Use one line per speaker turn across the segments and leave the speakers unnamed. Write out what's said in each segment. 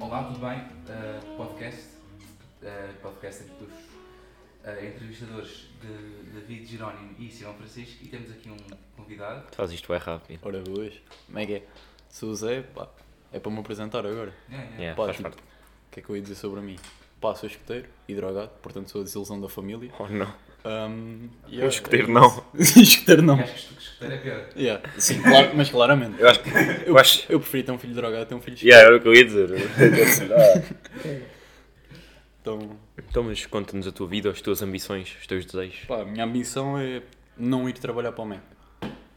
Olá, tudo bem? Uh, podcast, uh, podcast entre dos uh, entrevistadores de David Jerónimo e Simão Francisco e temos aqui um convidado.
Tu fazes isto bem rápido.
Ora boas. Como é que é? Se usei, pá, é para me apresentar agora.
Yeah, yeah.
Yeah,
Pá,
É, faz
tipo-
parte.
O que é que eu ia dizer sobre mim? Pá, sou escoteiro e drogado, portanto sou a desilusão da família.
Oh não.
Um,
Eu escoteiro não.
escoteiro não.
E Acho que escutar é pior.
Yeah. Sim, claro, mas claramente.
Eu acho que.
Eu,
Eu acho.
eu preferi ter um filho drogado a ter um filho escoteiro.
Yeah, era o que eu ia dizer. Ah.
Então,
então, mas conta-nos a tua vida, as tuas ambições, os teus desejos.
pá, a minha ambição é não ir trabalhar para o Mac.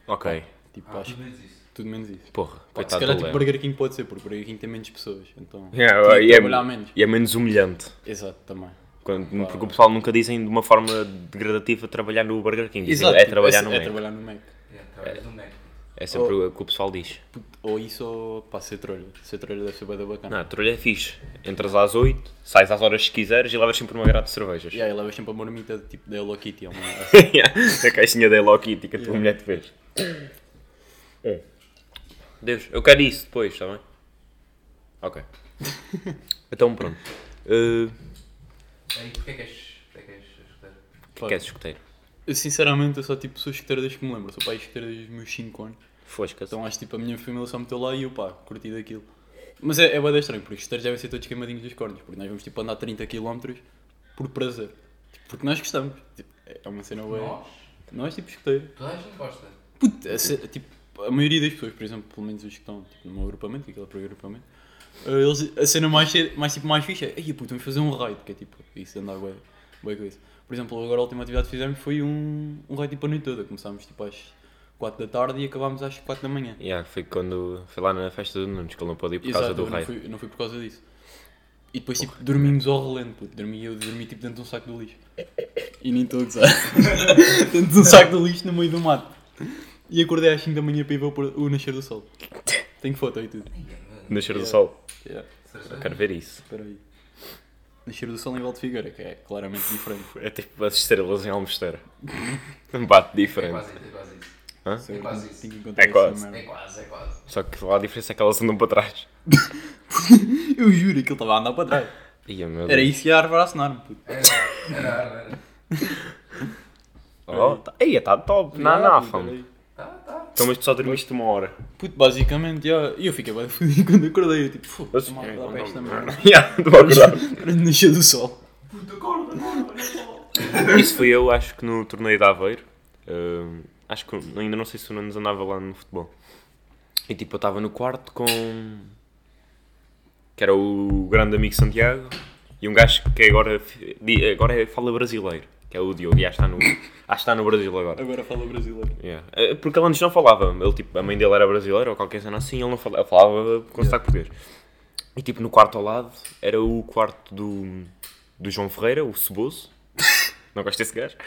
Ok.
Tipo,
Ah,
acho
tudo menos isso.
tudo menos isso.
Porra,
Pá, se
coitado
calhar
do Léo.
tipo Burger King pode ser, porque Burger King tem menos pessoas, então...
Yeah,
tem que
e, é,
trabalhar menos.
e é menos humilhante.
Exato, também.
Quando,
Pá.
porque o pessoal nunca dizem de uma forma degradativa trabalhar no Burger King. Dizem,
Exato,
é
tipo,
trabalhar
é,
no
é
Mac. É,
trabalhar Oh. no Mac.
Yeah, tá, um através do Mac.
sempre o que o pessoal diz.
Puto, Ou isso ou, pá, ser trolha. Ser trolha deve ser bem da bacana.
Não, a trolha é fixe. Entras às 8, sais às horas que quiseres e levas sempre uma grade de cervejas.
E aí levas sempre a marmita tipo da Hello Kitty, é uma...
a caixinha da Hello Kitty que a tua mulher te fez.
É.
Deus, eu quero isso depois, está bem? Ok. então pronto. Uh,
E porquê é que és, porquê é que és escutar?
o que é que és escuteiro?
Eu sinceramente eu só tipo sou escoteiro desde que me lembro, sou pai escoteiro desde os meus 5 anos.
Fosca.
Então acho tipo a minha família só meteu lá e eu pá, curti daquilo. Mas é, é bem estranho, porque os escoteiros devem ser todos queimadinhos dos cornos, porque nós vamos tipo andar 30 km por prazer. Tipo, porque nós gostamos. Tipo, é é uma cena boa.
Nós?
Nós tipo escoteiro.
Toda a gente gosta. É
Puta, a se- tipo, a maioria das pessoas, por exemplo, pelo menos os que estão tipo, no meu agrupamento, aquele primeiro agrupamento, eh, eles, a cena mais, cedo- mais, tipo, mais fixe é, ai puto, vamos fazer um raid, que é tipo, isso andar bem, bem com isso. Por exemplo, agora a última atividade que fizemos foi um, um raid tipo a noite toda, começámos tipo às 4 da tarde e acabámos às 4 da manhã.
Yeah, foi quando foi lá na festa do Nunes que ele não pôde ir por
Exato,
causa do
eu não
raio.
fui, eu não fui por causa disso. E depois tipo, dormimos ao relento, puto, dormi, eu dormi tipo dentro de um saco de lixo. E nem estou a gozar. dentro de um saco de lixo no meio do mato. E acordei às 5 da manhã para ir ver o pôr- o nascer do sol. Tenho foto aí tudo.
Nascer do
Yeah.
sol.
Yeah,
Eu quero ver isso.
espera aí. Nascer do sol em Valde Figueira, que é claramente diferente.
É tipo as estrelas em Almesteira. Um Bate
É
diferente.
quase, é quase isso.
Hã?
Só eu
quase
tenho que
isso.
encontrar
É quase.
essa
É
merda.
quase, é quase.
Só que lá a diferença é que elas andam para trás.
Eu juro, aquilo estava a andar para trás.
Ia, meu
Era
Deus.
isso e a árvore a assinar-me, puto.
Era, era, era.
Oh, tá- Ia, está top. Não, não,
puto,
fama.
era aí.
Tá, tá.
Então, mas tu só dormiste uma hora.
Puto, basicamente, yeah, e eu fiquei bem fodido quando acordei. Eu tipo, foda-se,
Eu-
mal, dá para esta merda.
Yeah, estou a acordar.
Grande nascer do sol.
Puta, acorda, acorda,
Isso foi eu, acho que no torneio de Aveiro. Ahm, acho que ainda não sei se o Nunes andava lá no futebol. E tipo, eu estava no quarto com. que era o grande amigo Santiago e um gajo que agora, fi- di- agora é- fala brasileiro, que é o Diogo, e acho que está no, acho que está no Brasil agora.
Agora fala brasileiro.
Yeah. Eh, Porque ele antes não falava, ele, tipo, a mãe dele era brasileira ou qualquer cena assim, ele não falava, ele falava com sotaque português. E tipo, no quarto ao lado era o quarto do, do João Ferreira, o Ceboso, não gosto desse gajo,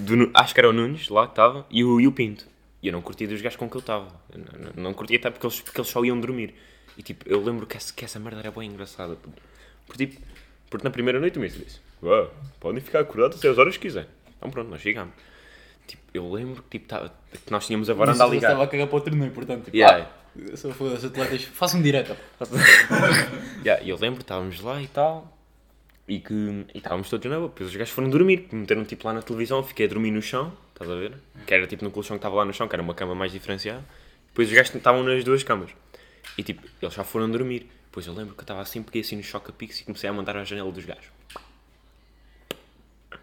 Do Nu- acho que era o Nunes lá que estava, e o, e o Pinto. E eu não curtia dos gajos com que eu estava, Eu não, não- não curtia até porque eles, porque eles só iam dormir. E tipo, eu lembro que essa, que essa merda era bem engraçada, puto. porque, tipo, porque na primeira noite o mesmo disse: "Ué, podem ficar acordados até as horas que quiserem. Então pronto, nós chegámos. Tipo, eu lembro que, tipo, tava- que nós tínhamos a varanda a
Eu
ligar.
estava a cagar para o torneio, portanto, tipo,
Yeah.
ah, só foda-se, atletas, façam direta.
Yeah, e eu lembro, estávamos lá e tal, e que e estávamos todos na boa. Depois os gajos foram dormir, que me meteram tipo lá na televisão, eu fiquei a dormir no chão, estás a ver? Que era tipo no colchão que estava lá no chão, que era uma cama mais diferenciada. Depois os gajos estavam nas duas camas. E tipo, eles já foram dormir. Depois eu lembro que eu estava assim, peguei assim no choca-pix e comecei a mandar à janela dos gajos.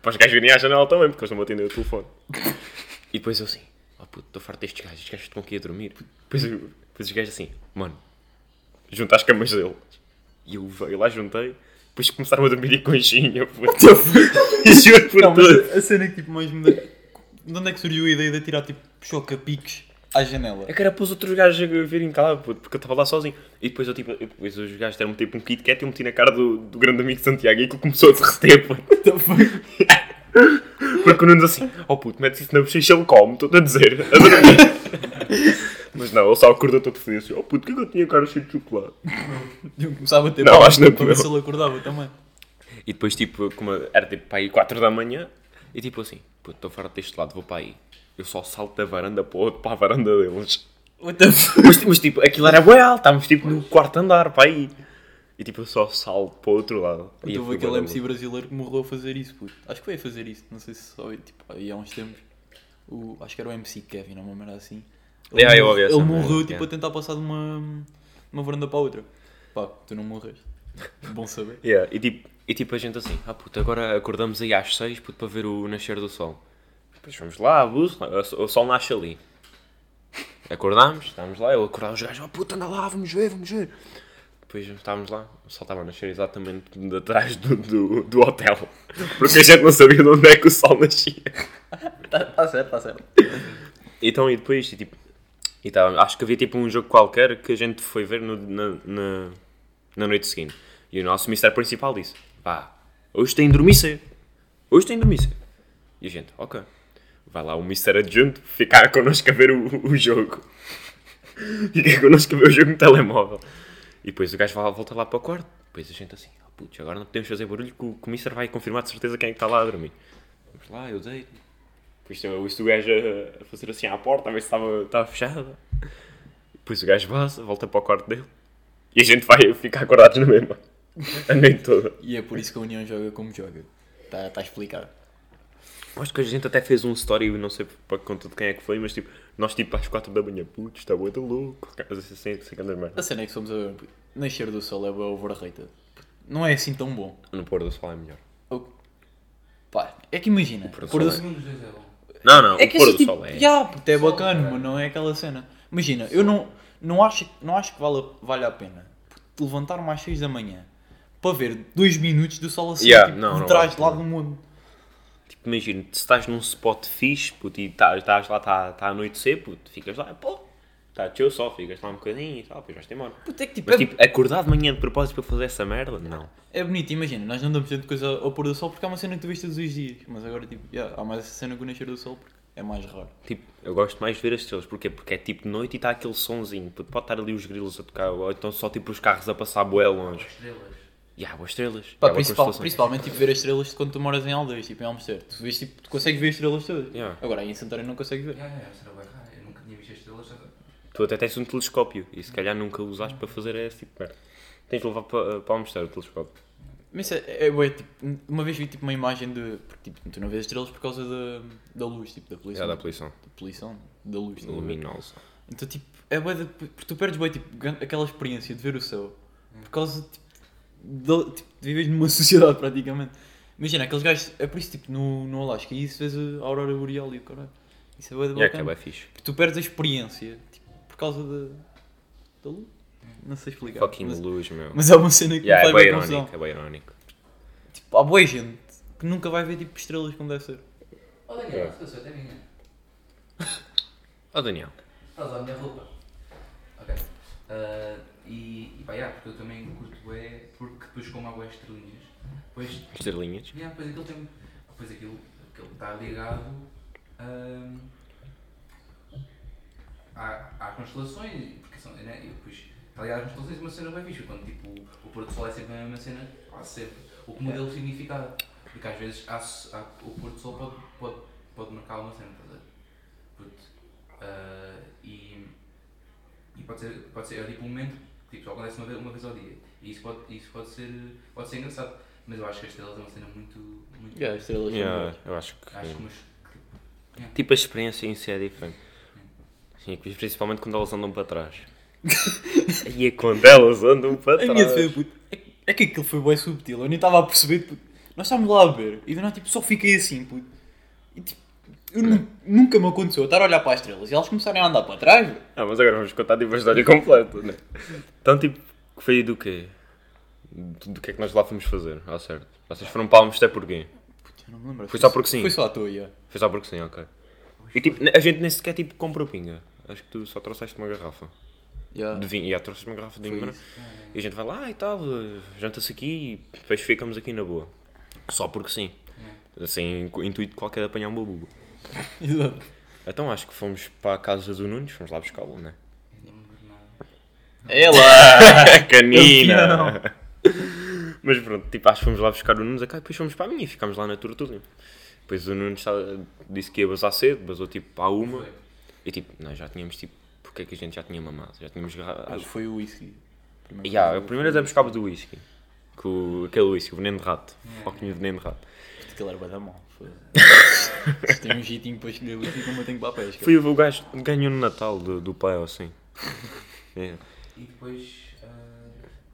Para os gajos virem à janela também, porque eles não me atendem o telefone. E depois eu assim, oh puto, estou farto destes gajos, os gajos estão aqui a dormir. Depois, eu- depois os gajos assim, mano, junta as camas deles. E eu veio lá, juntei, depois começaram a dormir em conchinha, puto. E juro por
Não, mas
tudo.
a- a cena que tipo, mais me dá... De onde é que surgiu a ideia de tirar tipo choca-piques à janela?
É que era para os outros gajos a virem cá, puto, porque eu estava lá sozinho. E depois eu tipo, e depois os gajos deram tipo um Kit Kat e eu meti na cara do, do grande amigo Santiago e aquilo começou a derreter, puto. Porque o Nunes assim, oh puto, metes isso na bochecha e ele come, estou-te a dizer, a dormir. Mas não, ele só acordou todo feliz assim, oh puto, que é que eu tinha cara cheia de chocolate?
Eu começava a ter
Não,
pau,
acho que não é
para ver
comeu.
se ele acordava também.
E depois, tipo, como era tipo para aí 4 da manhã, e tipo assim, puto, estou fora deste lado, vou para aí. Eu só salto da varanda para, o outro, para a varanda deles.
What the fuck?
Mas, mas, tipo, aquilo era bué alto, estávamos tipo no quarto andar, para aí. E tipo, eu só salto para o outro lado. Aí
Então
eu fui
houve aquele
bué da
MC
louco.
brasileiro que morreu a fazer isso, puto. Acho que foi a fazer isso, não sei se só tipo, aí há uns tempos. O, acho que era o MC Kevin, não uma merda assim. Ele,
Yeah, eu
morreu-
ouvi essa
ele
merda,
morreu
yeah.
tipo, a tentar passar de uma, de uma varanda para a outra. Pá, tu não morreste. Bom saber.
Yeah, e, tipo, e tipo, a gente assim, ah puto, agora acordamos aí às 6 puto, para ver o nascer do sol. Depois vamos lá, a luz, o sol nasce ali. Acordámos, estávamos lá, eu acordava os gajos, oh puto, anda lá, vamos ver, vamos ver. Depois estávamos lá, o sol estava a nascer exatamente de atrás do, do, do hotel. Porque a gente não sabia de onde é que o sol nascia.
Está tá certo, está certo.
Então, e depois, e, tipo, e tava, acho que havia tipo um jogo qualquer que a gente foi ver no- na, na, na noite seguinte. E o nosso mistério principal disse: pá, hoje tem de dormir cedo. Hoje tem de dormir cedo. E a gente, ok. Vai lá o mistério adjunto ficar connosco a ver o, o jogo. Fica connosco a ver o jogo no telemóvel. E depois o gajo vai- volta lá para o quarto. Depois a gente assim, ah putz, agora não podemos fazer barulho que o, que o mister vai confirmar de certeza quem é que está lá a dormir. Vamos lá, eu deito. Depois tem- ouço o gajo a- a fazer assim à porta, a ver se estava, estava fechada. Depois o gajo passa, volta para o quarto dele. E a gente vai ficar acordados na mesma. A noite toda.
E é por isso que a União joga como joga. Está tá explicado.
Acho que a gente até fez um story, não sei para conta de quem é que foi, mas tipo, nós tipo às 4 da manhã, putz, está boa, está louco. Mas assim, sem, sem cantar mais.
A cena é que somos a ver. puto, Nascer do sol é bué overrated. Não é assim tão bom.
No pôr do sol é melhor.
O- Pá, é que imagina.
pôr do
pôr do
sol
Nenhum dos dois é bom.
Não, não,
É
o
que
pôr do
esse tipo,
sol é.
yeah, puto, é
Sol,
bacana,
cara.
mas não é aquela cena. Imagina, eu não, não, acho, não acho que vale, vale a pena puto, levantar-me às 6 da manhã para ver 2 minutos do sol assim,
Yeah,
tipo,
não,
de
não vale.
trás, de lá do mundo.
Tipo, imagina, se estás num spot fixe, puto, e estás, estás lá, está tá a anoitecer, puto, ficas lá, pô, está teu sol, ficas lá um bocadinho e tal, depois vais-te embora.
Puto, é que tipo,
Mas
é,
tipo, acordar de manhã de propósito para fazer essa merda? Não.
é bonito, imagina, nós não damos tanta coisa ao pôr do sol porque há uma cena que tu vês todos os dias, mas agora tipo, yeah, há mais essa cena que o nascer do sol porque é mais raro.
Tipo, eu gosto mais de ver as estrelas. Porquê? Porque é tipo de noite e está aquele sonzinho. Puto, Pode estar ali os grilos a tocar, ou então só tipo os carros a passar bué longe.
Estrelas.
E há boas estrelas.
Pá,
e há boa
principal-
constelação.
principalmente tipo, ver as estrelas de quando tu moras em aldeias, tipo em Almester. Tu, vês, tipo, tu consegues ver as estrelas todas.
Yeah.
Agora aí em Santarém não consegues ver.
Ya, ya, ya, será bem raro. Eu nunca tinha visto as estrelas. Não
Tu até tens um telescópio e se calhar nunca usaste para fazer esse tipo de merda. Tens de levar eh, para, para almoçar o telescópio.
Mas é, é, bué, tipo, uma vez vi tipo, uma imagem de. Porque tipo, tu não vês estrelas por causa da, da luz, tipo, da
Já
poluição.
É, da poluição.
Da poluição, da luz. tá ligado?
Luminosa.
Então tipo, é bué de- porque tu perdes bué, tipo, gan- aquela experiência de ver o céu por causa tipo, de, tipo, de viveres numa sociedade praticamente. Imagina, aqueles gajos. É por isso tipo, no, no Alasca e isso vês a aurora boreal e o caralho. Isso é bué de
E é que é bem
bacana.
fixe.
Porque tu perdes a experiência tipo, por causa da. da luz. Não sei explicar.
Fucking
mas,
luz, meu.
mas é uma cena que
Yeah, é
me faz
bem
bué confusão.
irónico, é bem irónico.
Tipo, há boa gente que nunca vai ver tipo estrelas como deve ser.
Oh, Daniel, eu sou até minha.
Ó Oh, Daniel,
Estás a minha roupa. Ok. Ah, e, e pá, yeah, porque eu também curto bué, porque depois como há bué estrelinhas, depois,
estrelinhas.
yeah, depois aquilo tem, depois aquilo, aquilo está ligado ahm, à, à constelações, porque são, né, e depois está ligado às constelações é uma cena bem fixe, quando tipo, o pôr do sol é sempre a mesma cena, há sempre, o que muda é o significado, porque às vezes há, há- o pôr do sol pode, pode, pode marcar uma cena, estás a ver? Puto, ah, e, e pode ser, pode ser, é tipo um momento que tipo, só acontece uma vez, uma vez ao dia. E isso pode, isso pode, ser, pode ser engraçado. Mas eu acho que as estrelas é uma cena muito. muito
Yeah, É, estrelas
Yeah, eu acho que.
Acho que umas.
Tipo, a experiência em si é diferente. Sim, principalmente quando elas andam para trás. e é quando elas andam para
A minha defesa,
trás.
puto, é, que- é que aquilo foi bem subtil, eu nem estava a perceber, puto. Nós estávamos lá a ver e do nada tipo, só fiquei assim, puto. E tipo, eu nu- nunca me aconteceu eu estar a olhar para as estrelas e elas começarem a andar para trás. velho.
Ah, mas agora vamos contar tipo, a história completa, né? Então, tipo, que foi do quê? Do, do que é que nós lá fomos fazer, ao certo? Vocês foram para Almesté porquê?
Puto, eu não me lembro.
Foi só porque sim.
Foi só à toa, yeah.
Foi só porque sim, ok. E tipo, a gente nem sequer tipo, comprou pinga. Acho que tu só trouxeste uma garrafa
Yeah.
de vinho. E já trouxeste uma garrafa de vinho,
Foi
mas- E a gente vai lá e tal, eh, janta-se aqui e depois ficamos aqui na boa. Só porque sim. Assim, com o intuito qualquer de apanhar um babu.
Exato.
Então acho que fomos para a casa do Nunes, fomos lá buscá-lo, né?
Não me lembro de nada.
Ela!
Campeão!
Canina! Mas pronto, tipo, acho que fomos lá buscar o Nunes a cá e depois fomos para a minha e ficámos lá na Tortulha. Depois o Nunes tá- disse que ia basar cedo, basou tipo à uma e tipo, nós já tínhamos tipo, porque é que a gente já tinha mamado? Já tínhamos garra- acho-
Foi o whisky. Primeiro
Yeah, eu primeiro até buscava do whisky. Com aquele whisky, o veneno de rato.
É.
Fucking veneno de rato.
Porque aquilo era bué da mal. Tem um jeitinho para escolher o whisky como eu tenho para a pesca.
Foi o gajo que ganhou no Natal do, do pai, ou assim. É.
E depois. ah,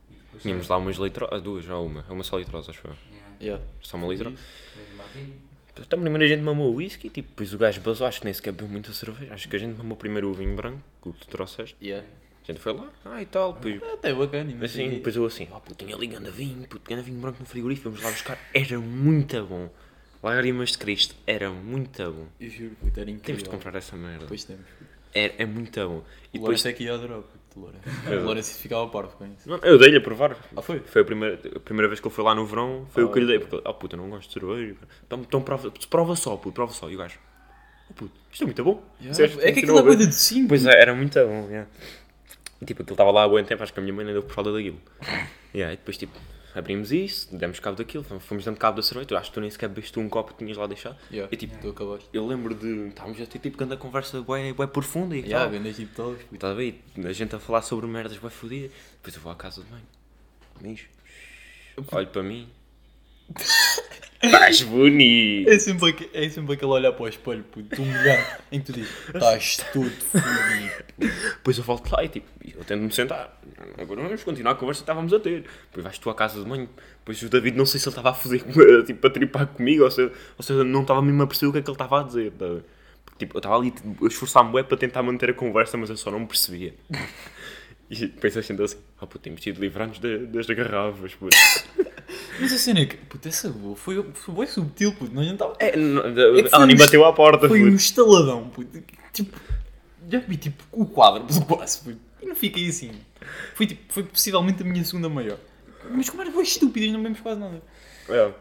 e depois
Tínhamos lá umas litrosas, duas ou uma, É uma só litrosa, acho eu.
Yeah.
Yeah.
Só uma litrosa.
Depois de Martin.
Então, primeiro a gente mamou o whisky, tipo, depois o gajo basou, acho que nem sequer bebeu muita cerveja. Acho que a gente mamou primeiro o vinho branco, que tu trouxeste.
Yeah.
A gente foi lá, ah e tal, depois...
Até bacana, ainda
Assim,
sei.
depois eu assim, ó, puto, tinha ali ganda vinho, puto, ganda vinho branco no frigorífico, vamos lá buscar. Era muito bom. Lágrimas de Cristo, era muito bom.
Eu juro, puto, era incrível.
Temos de comprar essa merda.
Depois temos.
É, é muito bom. E
E
depois.
depois aqui ia adorar, puto, Lourenço. O Lourenço ficava parvo com isso.
Não, eu dei-lhe a provar.
Ah, foi?
Foi a primeira, a primeira vez que ele foi lá no verão, foi
Ah,
o que eu lhe dei.
ok.
Porque, ah puto, eu não gosto de cerveja. Então, então prova, prova só, puto, prova só. E o gajo, oh puto, isto é muito bom. Disseste,
É que
continuou
aquilo
a
é
ver.
coisa de 5.
Pois é, era muito bom, yeah. E tipo, aquilo estava lá há bom tempo, acho que a minha mãe nem deu por falta daquilo. Yeah, e depois tipo, abrimos isso, demos cabo daquilo, fomos dando cabo da cerveja, tu acho que tu nem sequer bebeste um copo que tinhas lá deixado.
Yeah.
E tipo,
É Tu acabaste.
eu lembro de, estávamos a ter tipo grande conversa bué, bué profunda e
Yeah,
tal.
vendas tipo todos, puto.
Estás a ver? E A gente a falar sobre merdas bué fodidas, depois eu vou à casa de banho, mijo, olho para mim, estás bonito.
É sempre, aque- é sempre aquele olhar para o espelho, puto, de um lugar em que tu dizes, estás todo fodido.
Depois eu volto lá e tipo, eu tento-me sentar. Agora vamos continuar a conversa que estávamos a ter. Depois vais tu à casa de banho. Depois o David, não sei se ele estava a foder, com- tipo, a tripar comigo ou se, ou se eu não estava mesmo a perceber o que é que ele estava a dizer. tá a ver? Porque, tipo, eu estava ali tipo, a esforçar-me bué para tentar manter a conversa, mas eu só não me percebia. E pensei assim, assim, ah pô, temos tido livrar-nos de- das garrafas, pô.
Mas a cena é que, puto, essa boa foi, foi bem subtil, puto, nós não estávamos...
É, não-
que foi
ela nem
um-
bateu à porta,
Foi
puto.
um estaladão, puto, tipo, já vi, tipo, o quadro do quase, puto, e não fiquei assim. Foi, tipo, foi possivelmente a minha segunda maior. Mas como era boas estúpidas, não vemos quase nada.
É.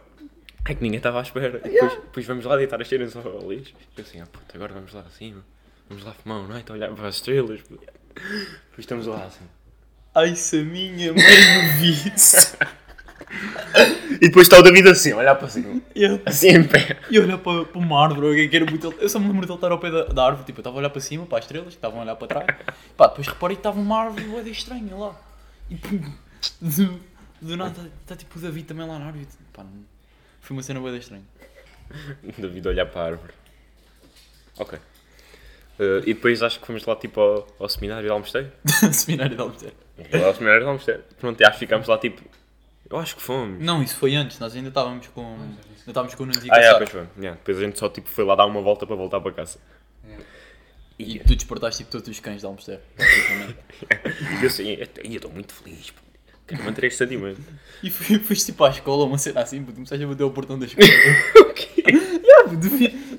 É que ninguém estava à espera. E depois, depois vamos lá deitar as cenas ao lixo. Eu assim, ah puta, agora vamos lá acima. Vamos lá fumar um noite, olhar para as estrelas. puto. Depois estamos lá assim.
Ai, se a minha mãe me visse.
E depois está o David assim, a olhar para cima.
E eu-
Assim em pé.
E olhar para, para uma árvore, ou o que é que era muito. Eu só me lembro de ele estar ao pé da, da árvore, tipo, eu estava a olhar para cima, para as estrelas, que estavam a olhar para trás. Pá, depois reparei que estava uma árvore bué de estranha lá. E pum, do, do nada está, está, tipo o David também lá na árvore. Pá, não- foi uma cena bué de estranha.
O David a olhar para a árvore. Ok. Eh, e depois acho que fomos lá tipo ao, ao seminário de Almesteiro.
Seminário de Almesteiro.
Lá ao seminário de Almesteiro. Pronto, e acho que ficámos lá tipo. Eu acho que fomos.
Não, isso foi antes, nós ainda estávamos com. Ainda estávamos com o Nunes e
Ah, é,
Caçar.
depois foi. Yeah, Depois a gente só tipo foi lá dar uma volta para voltar para casa.
Yeah.
E tu despertaste tipo todos os cães de Almesteiro. basicamente.
E eu assim, eu eu estou muito feliz. pô. Quero manter este sentimento.
E fui- foste tipo à escola, uma cena assim, puto, começaste a bater ao portão da escola. Yeah, puto,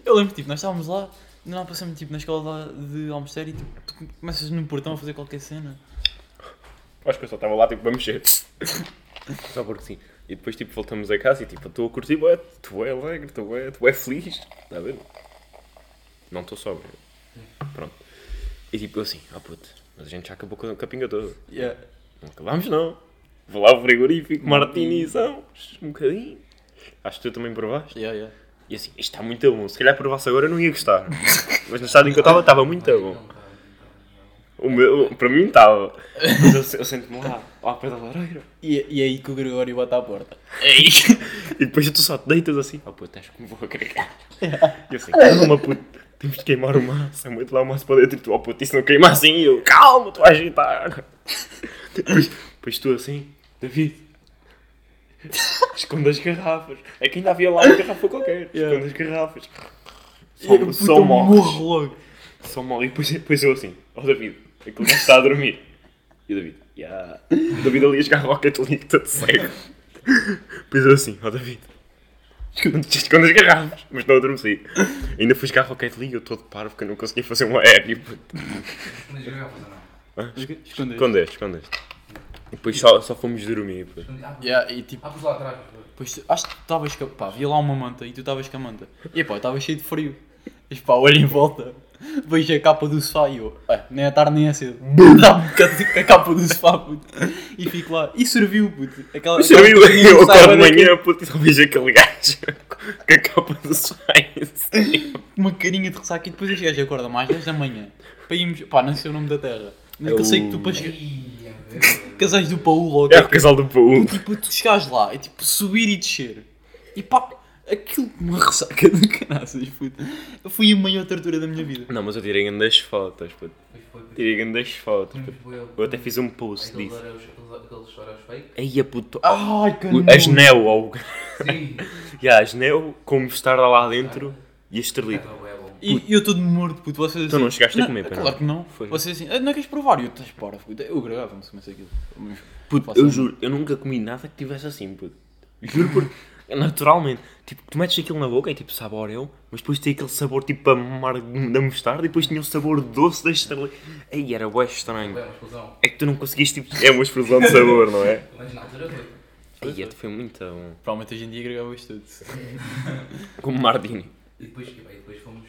eu lembro, tipo, nós estávamos lá, e lá passamos tipo, na escola lá de Almesteiro e tipo, tu começas no portão a fazer qualquer cena.
Acho que eu só estava lá tipo para mexer. só porque sim. E depois tipo voltamos a casa e tipo, estou a curtir, bué, tu é alegre, tu é, tu é feliz. Está a ver? Não estou sóbrio. Pronto. E tipo eu assim, ah puto, mas a gente já acabou com a pinga toda.
Yeah.
Não acabámos não. Vou lá ao frigorífico, martinizão, um bocadinho. Acho que tu também provaste.
Yeah, yeah.
E assim, isto está muito bom. Se calhar provasse agora eu não ia gostar. Mas no estado em que eu estava, estava muito bom.
Então, pá, então,
O meu, para mim estava. Mas eu, eu sento-me lá, lá ao pé da lareira.
E, e é aí que o Gregório bate à porta.
E depois tu só te deitas assim. Ah, puto, acho que me vou agregar. E eu assim, calma, puto. Temos de queimar o maço. É muito lá o maço para dentro. E tu, oh puto, isso não queima assim. E eu, calma, tu vais agitar. Depois, depois tu assim, David. Esconde as garrafas. É que ainda havia lá uma garrafa qualquer.
Yeah.
Esconde as garrafas.
E eu,
Só,
puto,
só
eu
morres.
morro logo.
Só morre. E depois, depois eu assim, ó David, aquele gajo está a dormir. E o David, yeah. O David ali a jogar Rocket League, todo cego. Depois eu assim, ó David, esconde esconde as garrafas. Mas não adormeci. Ainda fui jogar Rocket League, eu todo parvo, porque eu não consegui fazer um aéreo. puto.
Mas eu ia fazer nada.
Hã?
Esconder.
Escondeste, escondeste. E depois só, só fomos dormir. puto.
Ah, pois-
Yeah, e tipo,
Ah, pois lá atrás. pois.
depois tu- acho que tu estavas com. Pá, havia lá uma manta e tu estavas com a manta. E pá, eu estava cheio de frio. E pá, olho em volta, vejo a capa do sofá e eu. "Ah, nem é tarde nem é cedo. Dá-me com a- com a capa do sofá, puto. E fico lá. E serviu, puto. Aquela,
Mas eu,
aquela
eu,
coisinha
eu
que sai
acordo
lá
de
daqui.
manhã, puto, e só vejo aquele gajo com a capa do Science.
uma carinha de ressaca e depois este gajo acorda mais 10 da manhã para irmos, pá, não sei o nome da terra, mas
É
que eu sei
o-
que tu para chegar,
Ia,
Casais do Paulo ou
É o casal do Paulo.
Tipo, tu chegares lá, é tipo subir e descer. E pá, aquilo que me ressaca do caraças, puto. Foi a maior tortura da minha vida.
Não, mas eu tirei grandes fotos, puto. Tirei grandes fotos,
Hum.
puto. Eu até fiz um post
Aqueles
disso.
orelhos- aqueles- aqueles horários fake?
Aí a puto.
Ai,
O- As Neo, ou.
Sim.
Ya, as Neo, como estar lá dentro e a estrelita.
Estava bué é bom.
E eu todo morto, puto. Vocês
Tu não chegaste a comer, pois
Claro
não?
que não.
Foi.
Vocês assim, "Ah, não queres provar? E eu, estás para, puto. Eu gravava-me se comesse é aquilo. Mas,
Puto,
faço
eu
um-
juro, eu nunca comi nada que tivesse assim, puto. Juro por. Naturalmente, tipo, tu metes aquilo na boca e tipo sabe a Oreo, mas depois tem aquele sabor tipo amargo da mostarda e depois tinha o sabor doce da estrelita. Aí era bué estranho.
Bué, uma explosão.
É que tu não conseguiste tipo. É uma explosão de sabor, não é?
Mas na altura foi.
Aí é, foi muito bom.
provavelmente hoje em dia gravava isto tudo.
Como Mardini.
E depois, e bem, depois fomos.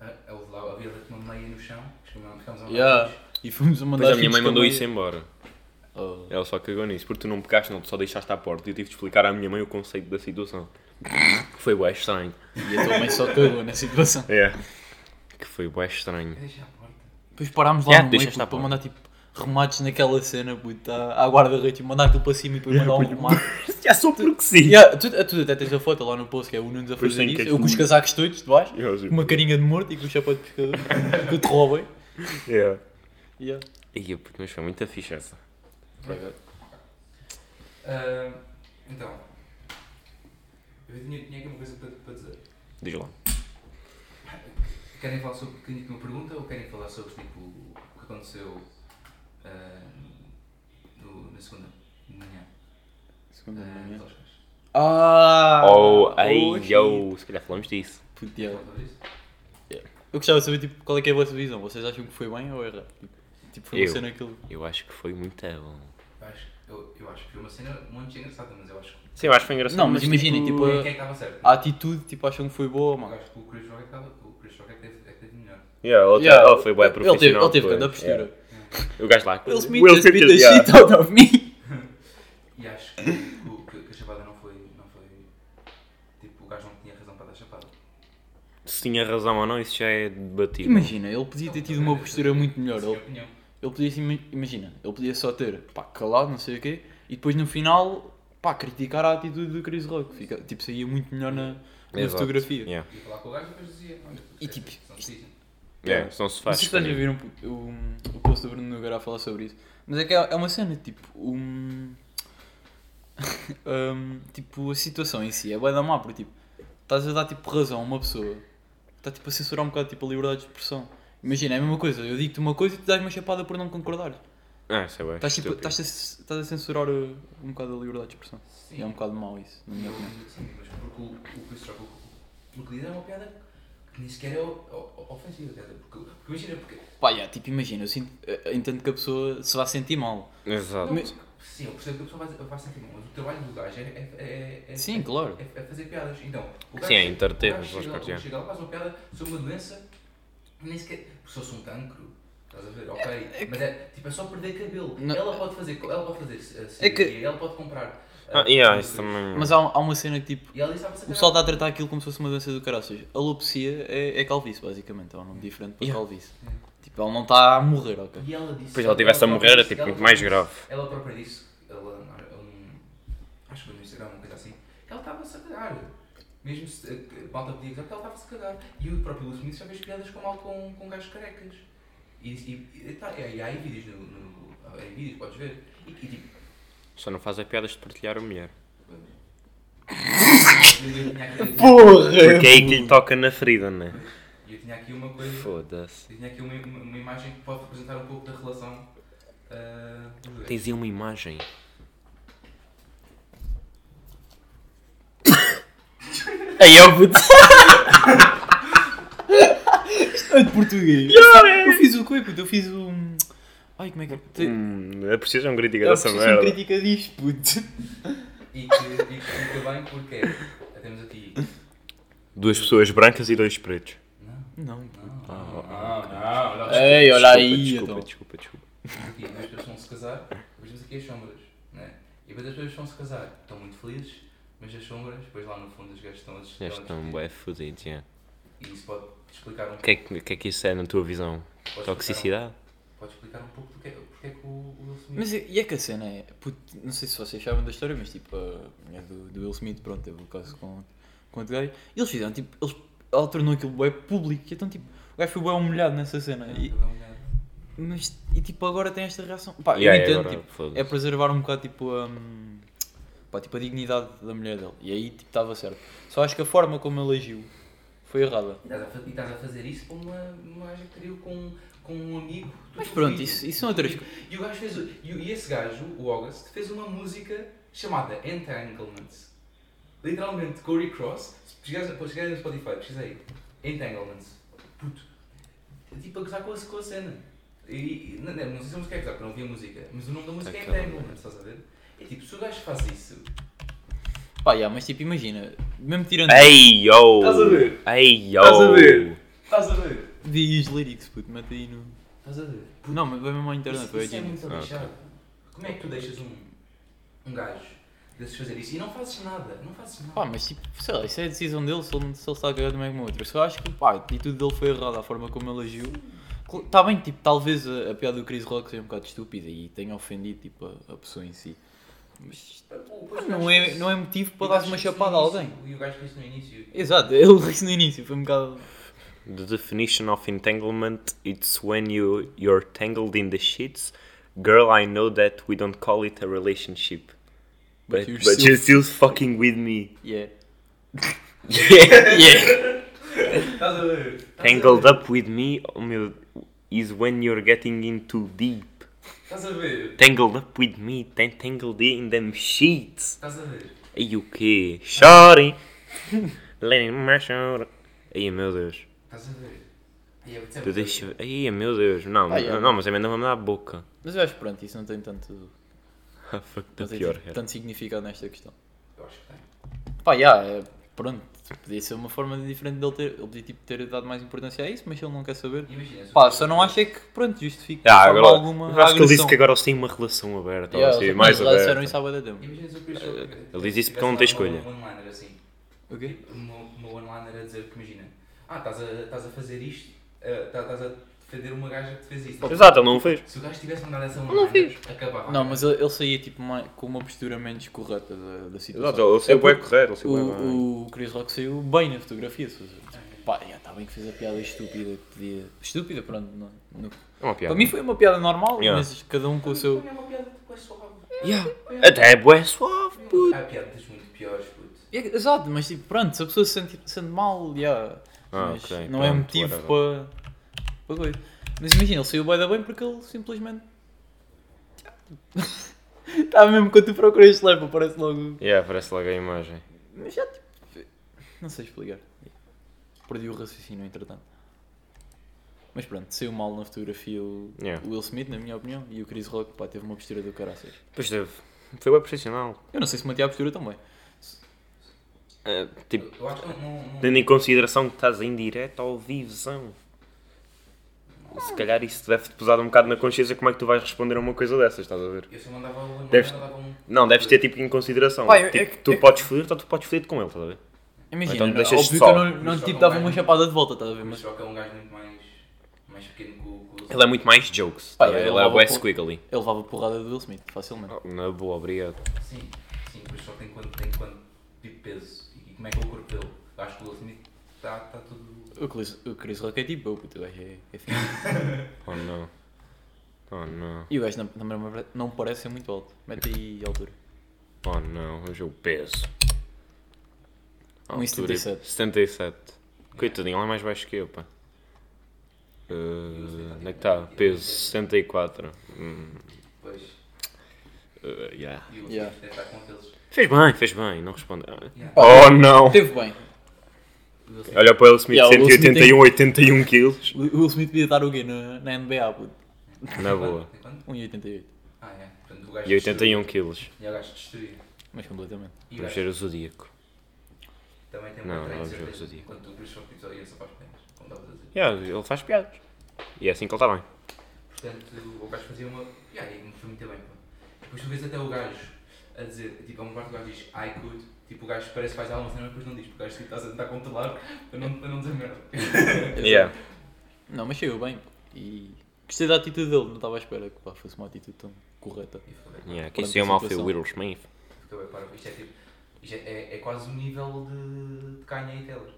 a- Houve lá, havia lá uma meia no chão. Ficámos a
Yeah. E fomos a mandar
Mas a minha
vídeos
mãe
com a
mandou isso embora.
Oh.
Ela só cagou nisso, porque tu não pegaste, não, tu só deixaste à porta e eu tive de explicar à minha mãe o conceito da situação. Que foi bué estranho.
E a tua mãe só cagou na situação.
É. Que foi bué estranho.
Deixa a porta.
Depois parámos lá
Yeah,
no meio
deixa estar,
puto, para
pá.
mandar tipo remates naquela cena, puto, à, à guarda-rede, tipo, mandar aquilo para cima e depois
Yeah,
mandar um
puto.
remate.
Já só porque sim.
Yeah, tu, tu até tens a foto lá no post que é o Nunes a
Pois
fazer
tem, que
isso.
é
Eu com os
tudo.
casacos todos de baixo,
Eu juro.
com uma carinha de morto e com o chapéu de pescador que te roubem.
É.
Yeah.
E eu, puto, mas foi muita ficha essa.
Ah, então. Eu tinha, tinha aqui uma coisa para, para dizer.
Diz lá.
Querem falar sobre tinha aqui uma pergunta ou querem falar sobre tipo, o que aconteceu ah, no- na segunda de manhã? Ah, aquelas coisas.
Ah!
Oh,
oh,
aí,
shit.
yo, se calhar falamos disso.
Puto, yeah.
Falar sobre isso?
Eu gostava de saber tipo, qual é que é a vossa visão. Vocês acham que foi bem ou errado? Tipo, tipo, foi uma
Eu.
cena aquilo.
Eu acho que foi muito bom.
Eu acho, eu, eu acho que foi uma cena muito engraçada, mas eu acho que.
Sim, eu acho que foi engraçado.
Não, mas imaginem, tipo,
Quem é
a-
que estava certo?
a atitude, tipo, acham que foi boa,
Eu
mano.
acho que o Chris Rock é que estava- o Chris Rock é que teve, é que teve melhor.
Yeah, ele,
Yeah,
ele foi bué
Ele teve,
profissional.
ele teve
foi.
grande postura.
Yeah. O gajo lá.
Will Smith
Will
just beat the
yeah.
shit out of me.
E acho que, o- que, que a chapada não foi, não foi. Tipo, o gajo não tinha razão para dar chapada.
Se tinha razão ou não, isso já é debatido.
Imagina, ele podia ter tido uma postura muito melhor.
Essa é a
Ele,
minha opinião.
ele podia, se ima- imagina, ele podia só ter, pá, calado, não sei o quê, e depois no final, pá, criticar a atitude do Chris Rock. Fica, tipo, saía muito melhor na,
Exato.
na
é
fotografia.
Yeah.
Ia falar com o gajo e depois dizia. olha,
E
é,
tipo,
são season.
Yeah, se não se
Não
faz.
sei se estás a
também.
ver um, po- um, o post do Bruno Nogueira a falar sobre isso, mas é que é, é uma cena, tipo, um, um, Tipo, a situação em si é bué da má, porque, tipo, estás a dar, tipo, razão a uma pessoa, está, tipo, a censurar um bocado, tipo, a liberdade de expressão. Imagina, é a mesma coisa, eu digo-te uma coisa e tu dás uma chapada por não concordar.
Ah, isso é bué
Estás, tipo,
estúpido.
estás, a, estás a censurar uh, um bocado a liberdade de expressão.
Sim.
E é um bocado mau isso, na minha
Eu-
opinião.
Sim, mas porque o, o Chris Rock, o, o Clide é uma piada que nem sequer é o, o, ofensiva, quer dizer, porque, porque imagina, porque.
Pá, yeah, tipo, imagina, eu sinto, eh, entendo que a pessoa se vai sentir mal.
Exato.
Mas-
Sim, eu percebo que a pessoa vai, vai sentir mal, mas o trabalho do gajo é, é, é, é,
Sim, claro.
é, é fazer piadas. Então, o
Sim, é entreter,
o gajo
mas
chega,
faz parte,
lá-
é.
chega lá, faz uma piada sobre uma doença, nem sequer. Porque se fosse um cancro, estás a ver? Ok, mas é, tipo, é só perder cabelo.
Não-
Ela pode fazer, ela pode fazer eh,
É que-
cirurgia, ela pode comprar. eh,
Ah, yeah,
produtos.
isso também.
Mas há, há uma cena que, tipo,
E ela "Ah, está a fazer
O pessoal está a tratar aquilo como se fosse uma doença do caraças. Alopecia é, é calvície, basicamente. É um nome diferente para
Yeah.
calvície. Tipo, ele não está a morrer, ok?
E ela disse.
Depois ela tivesse a morrer, era
disse-
tipo
ela
muito mais
disse-
grave.
Ela própria disse, ela, um, acho que foi no Instagram, uma coisa assim, que ela estava-se a cagar. Mesmo se eh, que- malta podia dizer que ela estava-se a cagar. E o próprio Will Smith já fez piadas com mal com, com gajos carecas. E, e, e, tá, e há aí vídeos, no, no, há aí vídeos, podes ver. E, e tipo.
Só não faz é piadas de partilhar a mulher.
eu tinha aqui-
Porra!
Porque é aí que lhe toca na ferida, né?
Eu tinha aqui uma coisa.
Foda-se.
Eu tinha aqui uma, uma, uma imagem que pode representar um pouco da relação. ah, dos dois.
Tens aí uma imagem. Aí eu puto.
É de português! Eu fiz o quê, puto? Eu fiz o. Ai, como é que é? Te-
Hum, a precisão crítica
Eu
dessa
preciso de um
merda.
crítica disto, puto.
E que, e que explica bem porque é. Temos aqui.
Duas pessoas brancas e dois pretos.
Não,
Não,
não,
puto.
não, não, não.
Ei, olha
Desculpa,
aí,
Desculpa,
então.
desculpa, desculpa.
Aqui, as pessoas vão se casar, depois temos aqui as sombras, né? E depois as pessoas vão se casar, estão muito felizes, mas as sombras, depois lá no fundo os gajos estão a
Já estão
discutir.
bué fodidos, já.
E isso pode explicar um
O que, é que, o que é que isso é na tua visão?
pode explicar um-
Toxicidade?
Pode pode explicar um pouco porque, porque é que o o Will Smith.
Mas e e é que a cena é. puto, não sei se vocês sabem da história, mas tipo, a mulher do, do Will Smith, pronto, teve o caso com, com outro gajo. E eles fizeram, tipo, eles, ela tornou aquilo bué público. Então, tipo, o gajo foi bué humilhado nessa cena.
é?
E,
um
mas, e tipo, agora tem esta reação. Pá,
Yeah,
eu
é,
entendo,
agora,
tipo,
foda-se.
é preservar um bocado, tipo, a. hum, pá, tipo, a dignidade da mulher dele. E aí, tipo, estava certo. Só acho que a forma como ele agiu foi errada.
E estás a fa- e estás a fazer isso com uma uma gaja que criou com, com um amigo. do
Mas
teu
pronto,
filho.
isso, isso são outras coisas.
E o gajo fez. o- E, o- e esse gajo, o August, fez uma música chamada Entanglements. Literalmente, Corey Cross. Se pesquisares depois chegar no Spotify, pesquisa aí. Entanglements. Puto. É Tipo, a gozar com a, com a cena. E, e- não, não, não sei se a música é gozar, porque não ouvi a música. Mas o nome da música é
Tá
Aquela-
Entanglements, estás a ver? É tipo, se o gajo faz isso.
Pá, yeah, mas tipo, imagina, mesmo tirando.
Ei, yo!
Estás a ver?
Ei, yo!
Estás a ver? Estás a ver?
Vê aí os lyrics, puto, mete aí no.
Estás a ver?
Então Não, mas vai mesmo à internet,
Isso,
vai
isso é
aqui.
muito
Ah,
lixado. Como é que tu deixas um, um gajo desses fazer isso e não fazes nada? Não fazes nada.
Pá, mas tipo, sei lá, isso é a decisão dele, se ele, se ele está a cagar também como outro. Só acho que, pá, a atitude dele foi errada, a forma como ele agiu. Está bem, tipo, talvez a, a piada do Chris Rock seja um bocado estúpida e tenha ofendido, tipo, a, a pessoa em si. Mas
Pô,
pá,
pois o gajo
não é,
fez-
não é motivo
o
para
gajo
dar uma
fez isso no
chapada a
início,
alguém.
E o gajo fez isso no início.
Exato, ele disse no início, foi um bocado.
The definition of entanglement it's when you you're tangled in the sheets. Girl, I know that we don't call it a relationship. But, but,
you're
you're, still...
still-
fucking with me.
Yeah.
yeah.
Estás a ver? Estás a
Tangled
ver?
up with me oh meu, is when you're getting in too deep.
Estás a ver?
Tangled up with me, tan- tangled in them sheets.
Estás a ver?
Aí o quê? Shorty! Letting my shorty. Aí meu Deus.
Estás a ver? E é o que
Tu
sempre-
deixa. Aí meu Deus. Não,
Ah, yeah.
não, mas a merda vai-me dar a boca.
Mas eu acho que pronto, isso não tem tanto,
Ah, fuck,
não
tá
tem
pior.
tipo, tanto significado nesta questão.
Eu acho que tem.
Pá, já, é, pronto, podia ser uma forma diferente dele ter, ele podia tipo, ter dado mais importância a isso, mas ele não quer saber.
Imagina. se o
Pá,
gajo-
só não acho é que, pronto, justifica
Ah,
de forma
agora,
alguma
eu acho que ele disse
agressão.
que agora eles têm uma relação aberta, ou
Yeah,
assim,
eles
mais
já disseram
aberta.
isso há bué de tempo.
Imagina se o Chris Rock-
ele diz
tivesse
isso porque ele não
dado
tem
uma-
escolha.
uma one-liner assim.
O quê?
Uma, uma one-liner a dizer que imagina. Ah, estás a, estás a fazer isto. ah, tá- Estás a defender uma gaja que te fez isto.
Exato, ele não o fez.
Se o gajo tivesse mandado essa one-liner, acabava.
Não, mas ele, ele saía tipo, mais- com uma postura menos correta da, da situação.
Exato, ele saiu
É porque
bem correr, ele saiu bem.
O, o Chris Rock saiu bem na fotografia, se fosse- Pá, já está bem que fez a piada estúpida que podia. Estúpida, pronto. Não, não-
É uma piada.
Para mim foi uma piada normal,
Yeah.
mas cada um com o seu.
É uma piada depois suave.
Yeah. Até é bué suave, puto.
Há piadas muito piores, puto.
É, Exato, mas tipo, pronto, se a pessoa se sente, se sente mal, já.
Ah,
mas
ok,
não é
pronto,
motivo
whatever.
para. para coisa. Mas imagina, ele saiu bem da bem porque ele simplesmente. Está mesmo quando tu procuras este level, parece logo.
Yeah, aparece logo a imagem.
Mas já tipo. Não sei explicar. Perdi o raciocínio entretanto. Mas pronto, saiu mal na fotografia o
Yeah.
o Will Smith, na minha opinião, e o Chris Rock, pá, teve uma postura do caraças.
Pois teve. Foi bem profissional.
Eu não sei se mantinha a postura também.
É,
Eu
tipo,
eu acho que não- não. não-
tendo em consideração que estás em direto ao vivozão. Se calhar isso deve-te pesar um bocado na consciência como é que tu vais responder a uma coisa dessas, estás a ver?
Eu só mandava uma
Deves-
mandava um.
Não, deves ter tipo em consideração.
Pá, eu-
tipo,
eu-
tu
eu-
podes foder-te ou tu podes foder-te com ele, estás a ver?
Imagina,
Então
não- é?
deixas
óbvio
só.
que eu não, não
Mas
tipo,
só
dava
não
uma
vai.
chapada de volta, estás a ver?
Mas
Mas
Rock é um gajo muito mais. mais pequeno que o. que o-
Ele é muito mais jokes.
Pá,
tá a ver?
eu
ele é
levava
bué
pouco.
squiggly.
ele levava porrada do Will Smith, facilmente.
Oh, Na boa, obrigado.
Sim, sim, o Chris Rock tem quanto, tem quanto tipo de peso e como é que é o corpo dele. Eu acho que o Will Smith está tá tudo.
O Chris, o Chris Rock é tipo, eu, puto, o gajo é, é fino.
Oh não. Oh não.
E o gajo não, não, não parece ser muito alto. Mete aí a altura.
Oh não. Hoje eu peso.
Um e
Altura-
77.
77. Coitadinho, ele é mais baixo que eu, pá. Uh, onde é que está? Peso 64. Hum,
Pois.
uh, yeah.
E o Will
Yeah.
Smith deve estar com aqueles.
Fez bem, fez bem, não responde. Ah.
Yeah.
Oh não!
Teve bem.
O Will Smith-
Olha para o Will Smith,
Yeah, o Will Smith
181, 81 quilos.
O o Will Smith devia estar o quê? Na, na NBA, puto.
Na boa.
Tem quanto?
1,88.
Ah, é. Portanto, o gajo
E 81 quilos.
destruía. E o gajo destruía.
Mas completamente.
E o
Vamos
gajo
ver o Zodíaco.
também tem
Não,
um
não
treino
vamos
de
ver o
certeza.
Zodíaco.
Enquanto o Chris Rock diz, olha, é só faz pernas. Como estavas a dizer.
Yeah, ele faz piadas. E é assim que ele está bem.
Portanto, o gajo fazia uma. E aí, me foi muito bem. Pô. Depois tu vês até o gajo a dizer, tipo, a uma parte do gajo diz I could. Tipo, o gajo parece que faz alguma cena, mas depois não diz, porque o gajo tipo, está a tentar controlar para não, para não dizer merda.
Yeah.
Não, mas saiu bem. E Gostei da atitude dele, não estava à espera que pá, fosse uma atitude tão correta.
E fica bem.
Yeah,
Pronto,
que isso é uma Alfie
situação.
Whittlesmith.
Fica bem para. Isto é tipo. Isto é, é, é quase um nível de, de Kanye e Taylor.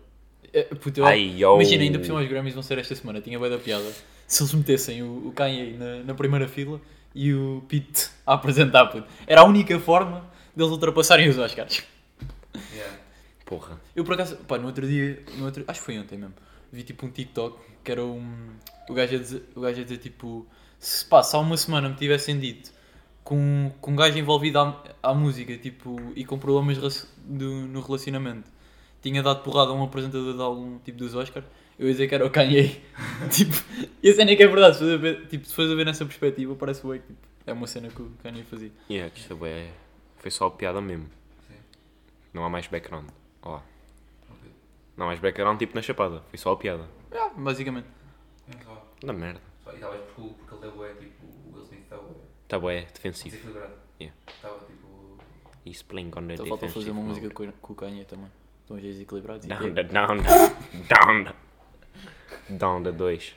É, puto, eu-
Ai, oh. yo.
Imagina, ainda por cima os Grammys vão ser esta semana, tinha bem da piada. Se eles metessem o, o Kanye na, na primeira fila e o Pete a apresentar, puto. Era a única forma deles ultrapassarem os Oscars.
Yeah.
Porra.
Eu por acaso, pá, no outro dia, no outro, acho que foi ontem mesmo, vi tipo um TikTok que era um. O gajo a dizer, o gajo a dizer tipo. Se pá, se há uma semana me tivessem dito com, com um gajo envolvido à, à música tipo, e com problemas raci- do- no relacionamento tinha dado porrada a um apresentador de algum tipo dos Oscars, eu ia dizer que era o Kanye. tipo, e a cena é que é verdade, se fores a ver, tipo, se fores a ver nessa perspectiva, parece bem que tipo, é uma cena que o Kanye fazia.
Yeah, que isto é bué- Foi só piada mesmo.
Sim.
Não há mais background. Ó.
Ok.
Não há mais background tipo na chapada. Foi só a piada.
Ah, basicamente.
Mas vá.
Da merda.
Só- E talvez porque, o- porque ele deu é tipo. O Will Smith está
Tá bué, defensivo.
desequilibrado.
Yeah.
Estava tipo.
He's playing on the
Só Então falta fazer uma música com, com o Kanye também. Estão os dois equilibrados. e-
Down da, down da, down da. Down da 2.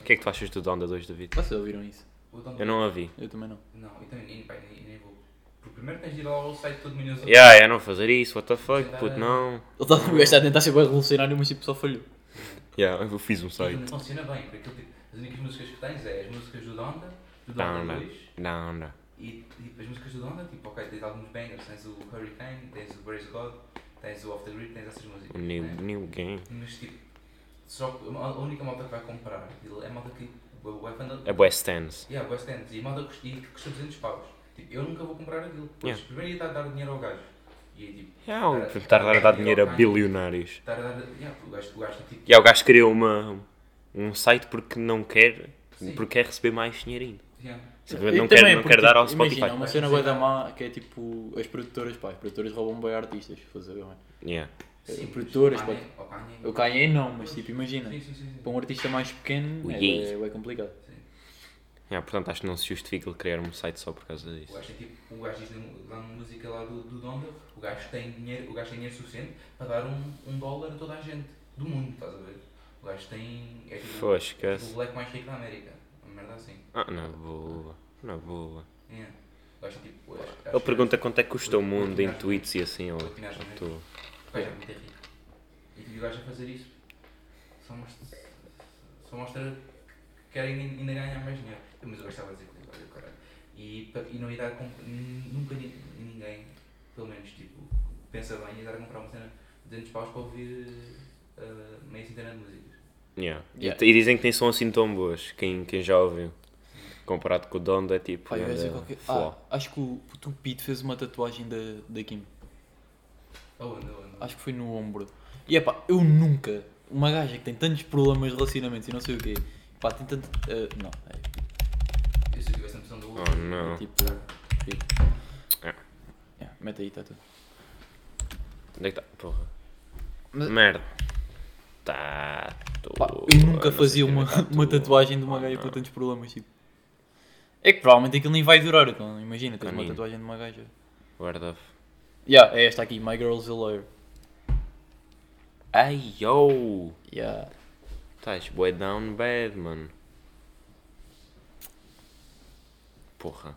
O que é que tu achas do down da 2, David?
Vocês ouviram isso?
O Don-
Eu não a vi.
Eu também não.
Não, então nem, nem, nem, nem vou. Porque primeiro tens de ir ao site todo manhoso.
Yeah, yeah, não fazer isso, what the fuck, puto, não.
Ele tá- o gajo está a tentar ser bem revolucionário, mas tipo só falhou.
Yeah, eu fiz um
Mas
site.
não funciona bem, porque aquilo, tipo, as únicas músicas que tens é as músicas do Donda, do
Donda.
Donda 2
Down da.
e tipo, as músicas do Donda, tipo, ok, tens alguns bangers, tens o Hurricane, tens o Praise God, tens o Off the Grid, tens essas músicas.
O new,
né?
new game.
Mas tipo, só que a a única malta que vai comprar aquilo é a malta que vai fã da.
É bué stands.
Yeah, West End, e a malta custa, e que custa 200 paus. Tipo, eu nunca vou comprar aquilo. Pois,
Yeah.
Primeiro ia estar a dar dinheiro ao gajo. E aí, tipo,
Yeah, o- É, um, tentar dar, dar dinheiro a bilionários.
estar a dar. Yeah, o gajo, o gajo tipo.
E yeah, o gajo criou uma, um site porque não quer,
Sim.
porque quer receber mais dinheiro ainda.
Yeah.
Simplesmente
E
Tipo, não
também
quer, não
porque,
quer dar ao
tipo,
Spotify.
Imagina, uma cena bué da má que é tipo as produtoras, pá, as produtoras roubam bem artistas, fazer bem.
Yeah.
Sim,
produtoras,
mas o Kanye-
O Kanye não, mas tipo, imagina,
Sim, sim, sim. sim.
para um artista mais pequeno
Ui,
é,
ei.
é, bué complicado.
Yeah, portanto, acho que não se justifica ele criar um site só por causa
O
disso.
gajo é tipo, o gajo diz na- lá na música lá do, do Donda, o gajo tem dinheiro, o gajo tem dinheiro suficiente para dar um, um dólar a toda a gente do mundo, estás a ver? O gajo tem. é tipo, é
Pô,
tipo o
esquece.
moleque mais rico da América. Uma merda assim.
Ah, na boa. Na boa.
É. O gajo é tipo. o gajo-
Ele
acho que-
pergunta quanto é que custa o mundo em tweets e assim, ó. Tô-
O gajo é muito rico. E tipo, o gajo a fazer isso só mostra, só mostra que quer ainda, ainda ganhar mais dinheiro. Mas o gajo estava a dizer que o caralho. E, pa- e não ia dar a comp- nin- nunca ni- ninguém, pelo menos tipo, pensa bem, ia dar a comprar uma cena de 200 paus para ouvir eh, meia centena de músicas.
Yeah.
Yeah.
E, e dizem que nem são assim tão boas, quem, quem já ouviu. Comparado com o Dondo é tipo.
Pá, eu ia
anda
dizer qualquer-
flop.
Ah, acho que o, puto, o Pete fez uma tatuagem da, da Kim.
Aonde, aonde?
Acho que foi no ombro. E é pá, eu nunca, uma gaja que tem tantos problemas de relacionamentos e não sei o quê, pá, tem tanto. ah, não, é
Eu sei que tivesse a noção do outro.
Oh não.
tipo.
É.
É, mete aí, tá tudo.
Onde é que tá? Porra.
Mas-
Merda. Tá. tô-
Pá, eu
não sei
nunca fazia
se
uma,
ainda tá
uma
tô-
tatuagem de uma
Ah,
gaja
não.
com tantos problemas, tipo. É que provavelmente aquilo nem vai durar, então imagina, tens uma
Canino.
tatuagem de uma gaja.
Where the f...
Yeah, é esta aqui, My Girl's a Lawyer.
Ai yo!
Yeah.
Estás bué down bad, mano. Porra.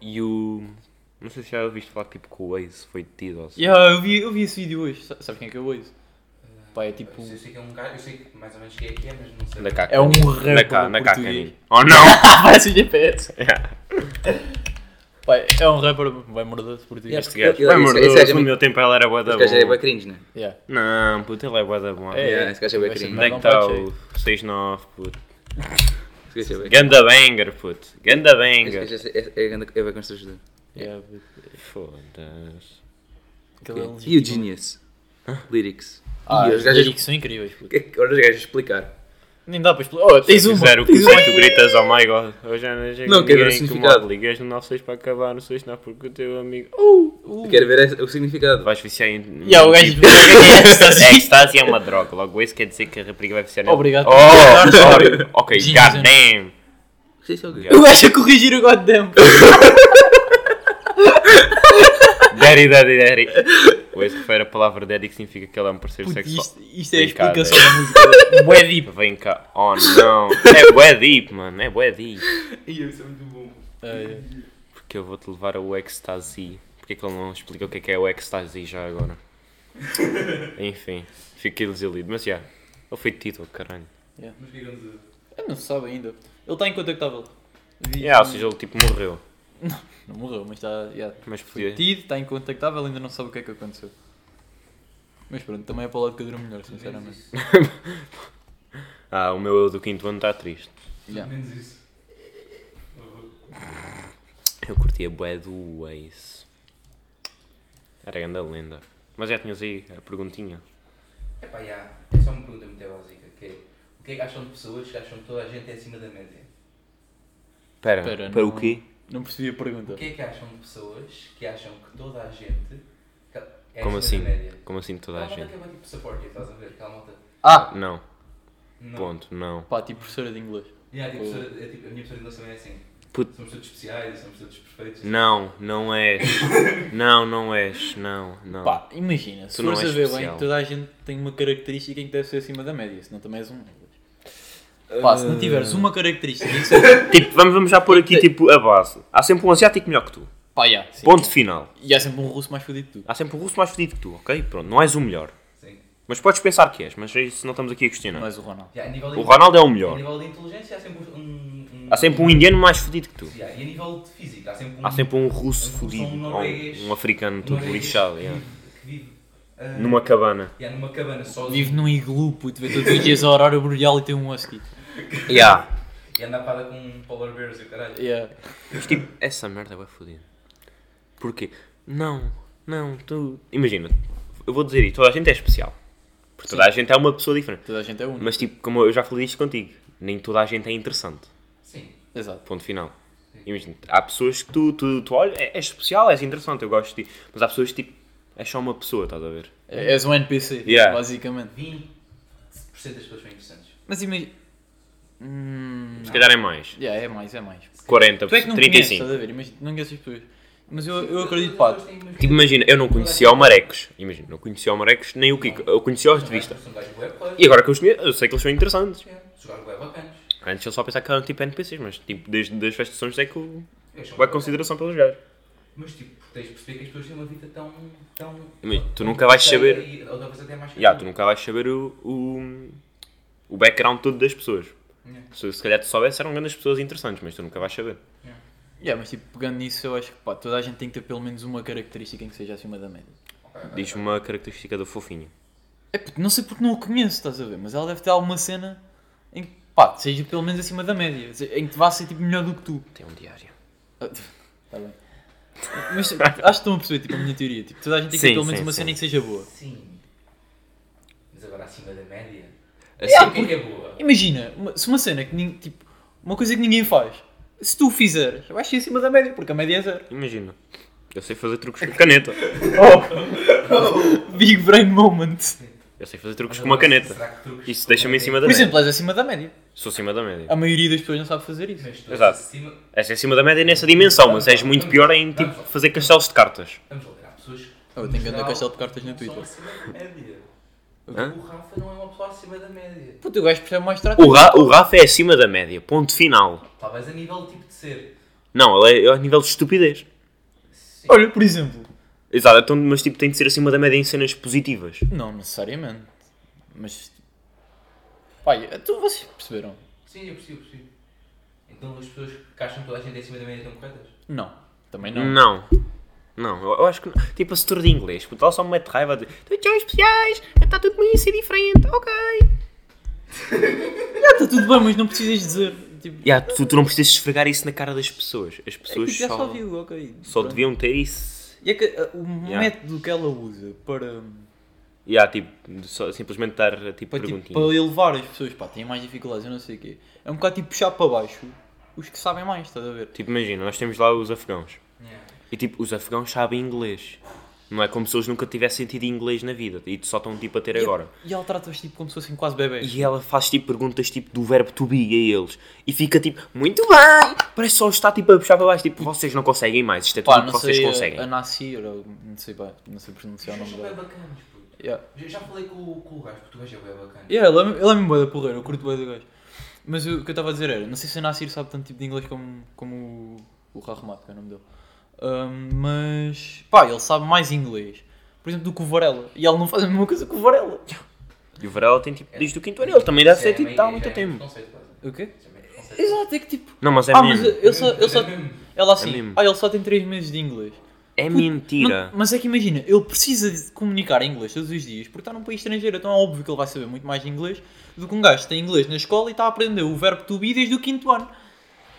E o. Não sei se já ouviste falar tipo que o Ace foi detido ou assim.
Yeah, eu vi, eu vi esse vídeo hoje, Sa- sabes quem é que eu ouço?
Eh,
Pá, é tipo-
Eu sei, eu sei que é um gajo, eu sei que mais ou menos que é que é, mas não sei.
Na caca.
É um
Na
rapper
ca- na caca,
português.
menino. Oh não!
Ah, parece o GPS! Pá, é um rapper bem mordoso por ti.
Yeah.
Este gajo. Bem
Ele- esse-
mordoso,
esse gajo é
no
muito-
meu tempo ele era bué da
Esse gajo é bem
Tá bom.
cringe, né?
Yeah.
Não, puto, ele é bué da bom.
yeah, esse gajo é bué
vai ser
cringe.
Onde é que
merda,
está
não pode
o 6-9, puto?
Esse gajo é bem
Ganda banger, puto. Ganda
Esse gajo
banger.
é- é- é grande- é bem construído.
ser. Yeah, but-
Foda-se.
aquele é
E o
legítimo.
Genius? Lyrics.
Ah,
E
os gajos são incríveis,
O
puto.
que é que- Agora os gajos explicar.
Nem dá para explicar. Oh, tens
Se
uma!
fizer o que
tens
tu gritas, oh my god, eu já não sei
Não
que
quero ver o
ninguém
significado.
incomoda. Ligas no 96 para acabar no 69 porque o teu amigo. Oh,
Uh.
Eu quero ver esse- o significado.
Vais viciar em.
Yeah, o gajo-
é ecstasy é uma droga, logo isso quer dizer que a rapariga vai viciar nela.
Obrigado.
Oh, sorry. Ok,
Sim, sim.
goddamn.
Sim, sim, ok.
O gajo a corrigir o goddamn!
Daddy, daddy, daddy. O ex refere a palavra daddy que significa que ele é um parceiro
Puto,
sexual.
isto, isto é a
Vem cá,
explicação da música. Bué deep.
Vem cá. Oh não. É bué deep, mano. É bué deep.
Ih, isso é muito bom.
Ah, é.
Porque eu vou-te levar ao ecstasy. Porquê que ele não explica o que é que é o ecstasy já agora? Enfim, fiquei desiludido. Mas já, ele foi título, caralho.
Mas o que é que vamos dizer?
Eu não se sabe ainda. Ele está incontactável. Vi-
Yeah, ou seja, ele tipo morreu.
Não morreu, mas está. Yeah,
Mas
foi
podia.
tido, está incontactável, ainda não sabe o que é que aconteceu. Mas pronto, também é para o lado que eu durmo melhor, sinceramente.
Menos isso.
Ah, o meu eu do quinto ano está triste.
Yeah.
Menos isso. Oh,
Eu curti a bué do Waze. Era grande a lenda. Mas já tinhas aí a perguntinha.
Epá, já. É só uma pergunta muito básica. Que é, o que é que acham de pessoas que acham que toda a gente é acima da média?
Pera,
Pera,
É. para
não-
o quê?
Não percebi a pergunta.
O que é que acham de pessoas que acham que toda a gente é
Como
acima
assim?
da média?
Como assim toda a
Aquela malta
gente?
que é bué tipo support, estás a ver? Aquela malta.
Ah!
Não,
Não.
ponto, não.
Pá, tipo professora de inglês.
Yeah, tipo, pessoa- é tipo, a minha pessoa de inglês também é assim.
Puto.
Somos todos especiais, somos todos perfeitos.
Não, não és. Não, não és. Não, não.
Pá, imagina,
Ah.
se
Tu não
fores a
és
ver bem,
especial.
toda a gente tem uma característica em que deve ser acima da média, senão também és um. Pá, se não tiveres uma característica em que um- seja.
Tipo, vamos, vamos já pôr aqui tipo a base. Há sempre um asiático melhor que tu.
Pá, yeah, sim.
Ponto final.
E há sempre um russo mais fodido que tu.
Há sempre um russo mais fedido que tu, ok? Pronto, não és o melhor.
Sim.
Mas podes pensar que és, mas é isso não estamos aqui a questionar.
Não és o Ronaldo.
Yeah, a nível de-
O Ronaldo é o
A
melhor.
nível de inteligência há sempre um. um-
Há sempre um indiano mais fedido que tu.
Yeah, e a nível de física há sempre um.
Há sempre um russo
Um russo,
fedido,
um
ou
norueguês,
um, um africano
um
todo
norueguês
lixado,
que
yeah.
vive- que vive, ah,
numa cabana.
yeah, numa cabana só
Vive num iglu, puto, vê todos os dias a aurora boreal e tem um husky.
Yeah.
e anda a parada com polar bears e o caralho.
Yeah.
Mas tipo, essa merda é fodida. Porquê? Não, não, tu. Imagina, eu vou dizer isto, toda a gente é especial. Porque toda a gente é uma pessoa diferente.
Toda a gente é única.
Mas tipo, como eu já falei isto contigo, nem toda a gente é interessante.
Sim.
Exato.
Ponto final. Imagina, há pessoas que tu, tu, tu olhas, é, é especial, és interessante, eu gosto de ti. Mas há pessoas que tipo, é só uma pessoa, estás a ver?
É- És um NPC,
Yeah.
basicamente.
20% das pessoas são interessantes.
Mas imagina. Hum...
Se calhar é mais.
Yeah, é mais, é mais.
40,
Tu é que não
35.
conheces, estás a ver? Imagina, não conheces as pessoas. Mas eu, eu acredito, pá.
As pessoas têm umas-
Tipo, imagina, eu não conhecia o Marecos. Imagina, não conhecia o Marecos nem o Kiko. Eu conhecia os de vista.
São gajos bué claros,
E agora que eu os conheço, eu sei que eles são interessantes.
yeah. São gajos bué bacanas.
Antes eu só pensava que eram tipo NPCs, mas tipo, desde das festas é que eu.
Eles são
Vai
bué
consideração pelos gajos.
bacanas. Mas tipo, tens de perceber que as pessoas têm uma vida tão. tão
Mas tu
tão
nunca vais
perfeita
saber.
E outra vez até mais que
Já,
tu.
tu nunca vais saber o, o, o background todo das pessoas. Se, se calhar tu soubesse, eram grandes pessoas interessantes, mas tu nunca vais saber.
Yeah, mas tipo, pegando nisso, eu acho que pá, toda a gente tem que ter pelo menos uma característica em que seja acima da média.
Diz-me uma característica do fofinho.
É, puto, não sei porque não a conheço, estás a ver? Mas ela deve ter alguma cena em que, pá, seja pelo menos acima da média. Em que vá ser tipo melhor do que tu.
Tem um diário.
Está bem. Mas tipo, acho que estão a perceber tipo, a minha teoria. Tipo, toda a gente tem que ter
Sim,
pelo menos
sim,
uma
sim.
cena em que seja boa.
Sim. Mas agora acima da média.
Assim,
o que é que é boa?
Imagina, uma- se uma cena que ninguém, tipo, uma coisa que ninguém faz, se tu o fizeres, vais ser acima da média, porque a média é zero.
imagina. Eu sei fazer truques com caneta.
Big brain moment.
Eu sei fazer truques com uma caneta.
Será que truques?
Isso deixa-me em cima da
Por
média.
exemplo, és acima da média.
Sou acima da média.
A maioria das pessoas não sabe fazer isso.
Mas tu
Exato.
acima-
És acima da média nessa dimensão, mas és muito pior em tipo fazer castelos de cartas.
Vamos lá, há pessoas.
Oh, eu tenho que andar
no geral,
castelo de cartas no
não são
Twitter.
acima da média.
Hã?
O Rafa não é uma pessoa acima da média.
Puto, o gajo percebe mais trato.
O, Ra o Rafa é acima da média, ponto final.
Talvez a nível de tipo de ser.
Não, ele é, é ao nível de estupidez.
Sim.
Olha, por exemplo.
Exato, então, mas tipo tem de ser acima da média em cenas positivas.
Não necessariamente. Mas. Pai, tu, vocês perceberam?
Sim, eu percebo, percebo. Então as pessoas que acham que toda a gente é acima da média estão corretas?
Não. Também não.
Não. Não, eu, eu acho que. não. Tipo a setor de inglês, porque ela só me mete raiva de. Tu és especiais, está tudo bem isso é diferente, ok.
Está tá tudo bem, mas não precisas dizer. Tipo,
Yeah, tu, tu não precisas esfregar isso na cara das pessoas. As
é que
pessoas
já
só,
só viu, ok.
só
Pronto.
deviam ter isso.
E é que uh, o
Yeah.
método que ela usa para,
Yeah, tipo, só, simplesmente dar tipo,
para, tipo,
perguntinhas.
para elevar as pessoas, pá, têm mais dificuldades, eu não sei o quê, é um bocado tipo puxar para baixo os que sabem mais, estás a ver?
Tipo, imagina, nós temos lá os afegãos.
Yeah.
E tipo, os afegãos sabem inglês. Não é como se eles nunca tivessem tido inglês na vida e só estão tipo a ter agora.
E ela trata-os tipo como se fossem quase bebês.
E ela faz tipo perguntas tipo do verbo to be a eles e fica tipo, muito bem! Parece só estar tipo a puxar para baixo, tipo, vocês não conseguem mais, isto é tudo o
Pá,
que
não
vocês
sei,
conseguem.
a, a Nassir, ou não sei bem, não sei
é
pronunciar o
Eles
nome
são bem
dela.
bacanas, puto.
Yeah.
Já, já falei com, o- com o gajo, porque o gajo é bem bacana.
Yeah, ele, é, ele é mesmo bué da porreira, eu curto bué do gajo. Mas o que eu estava a dizer era, não sei se a Nassir sabe tanto tipo de inglês como, como o, o Rahmat, que é o nome dele. Ahm, mas, pá, ele sabe mais inglês, por exemplo, do que o Varela. E ele não faz a mesma coisa que o Varela.
E o Varela tem
É.
tipo, desde o quinto ano, ele também deve
Isso é
ser tipo,
meio-
está há
já
muito
é
tempo.
preconceito, quase.
O quê?
Isso é meio preconceito.
Exato, é que tipo...
Não, mas é
ah, mas
mesmo.
eu só, eu só...
É mesmo.
Ela assim,
mesmo.
ah, ele só tem 3 meses de inglês.
É mentira.
Não, mas é que imagina, ele precisa de comunicar em inglês todos os dias porque está num país estrangeiro, então é óbvio que ele vai saber muito mais de inglês do que um gajo que tem inglês na escola e está a aprender o verbo to be desde o quinto ano.